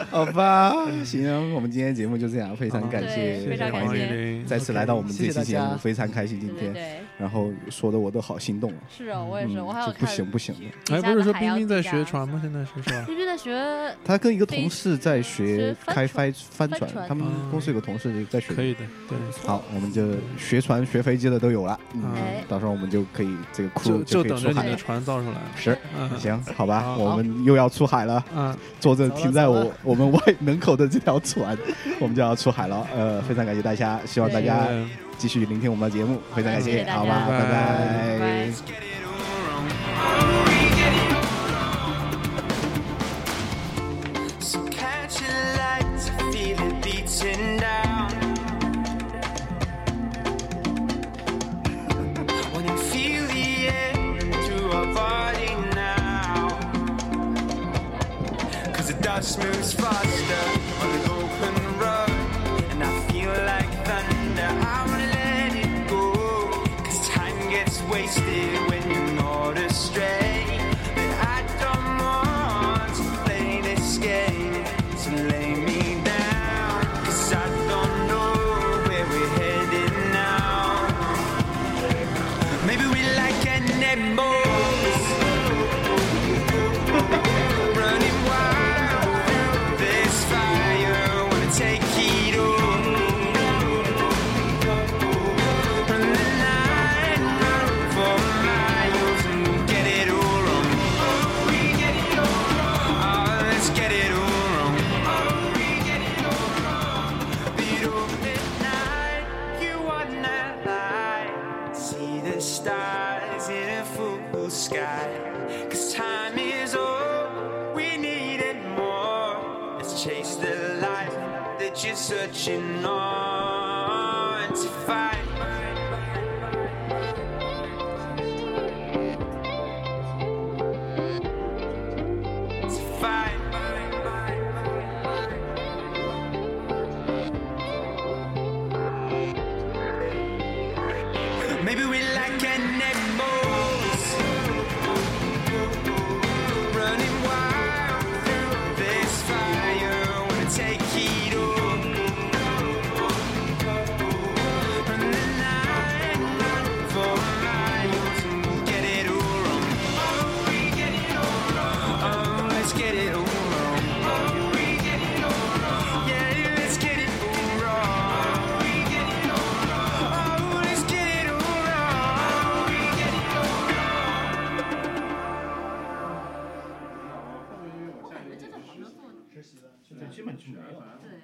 好吧？行，我们今天节目就这样，非常好感谢对非常感黄谢奕林再次来到我们这期谢谢节大目，家非常开心今对对天，对，然后说的我都好心动了，是啊，嗯我也是，嗯我还有，就不看行不行了。哎，不是说冰冰冰在学，船吗？现在是是吧？冰冰在学，他跟一个同事在学是帆开帆船帆帆船，船他们嗯公司有个同事在学可以的，对。嗯好，我们就学船、学飞机的都有了，嗯嗯，哎，到时候我们就可以这个就 crew 就可以等出着你海的了。船造出来。是，嗯，行，好吧，好我们又要出海了，嗯，坐着走了停在走我了我们外门口的这条船，我们就要出海了。 呃，非常感谢大家，希望大对家继续聆听我们的节目，非常感谢谢大好家吧，拜拜拜拜。 So catch a light to feel it beating down. When you feel the air through our body now. Cause the dust moves faster on the open road. And I feel like thunder. I wanna let it go. Cause time wasted when you're not astray. But I don't want to play this game, so lay me down. Cause I don't know where we're headed now. Maybe we like animals. Running wild through this fire, wanna take it all. Run the line, run for miles, and we'll get it all wrong. Oh, let's get it all wrong. Beat up midnight, you are not light. See the stars in a full sky. Cause time is all we need and more. Let's chase the life that you're searching on to find. To find. Maybe we like animals running wild through this fire. Wanna take it all. Run the line, run for miles, and we'll get it all wrong. Oh, let's get it all wrong. Oh, Yeah, let's get it all wrong. Oh, let's get it all wrong. 基本是没有。对，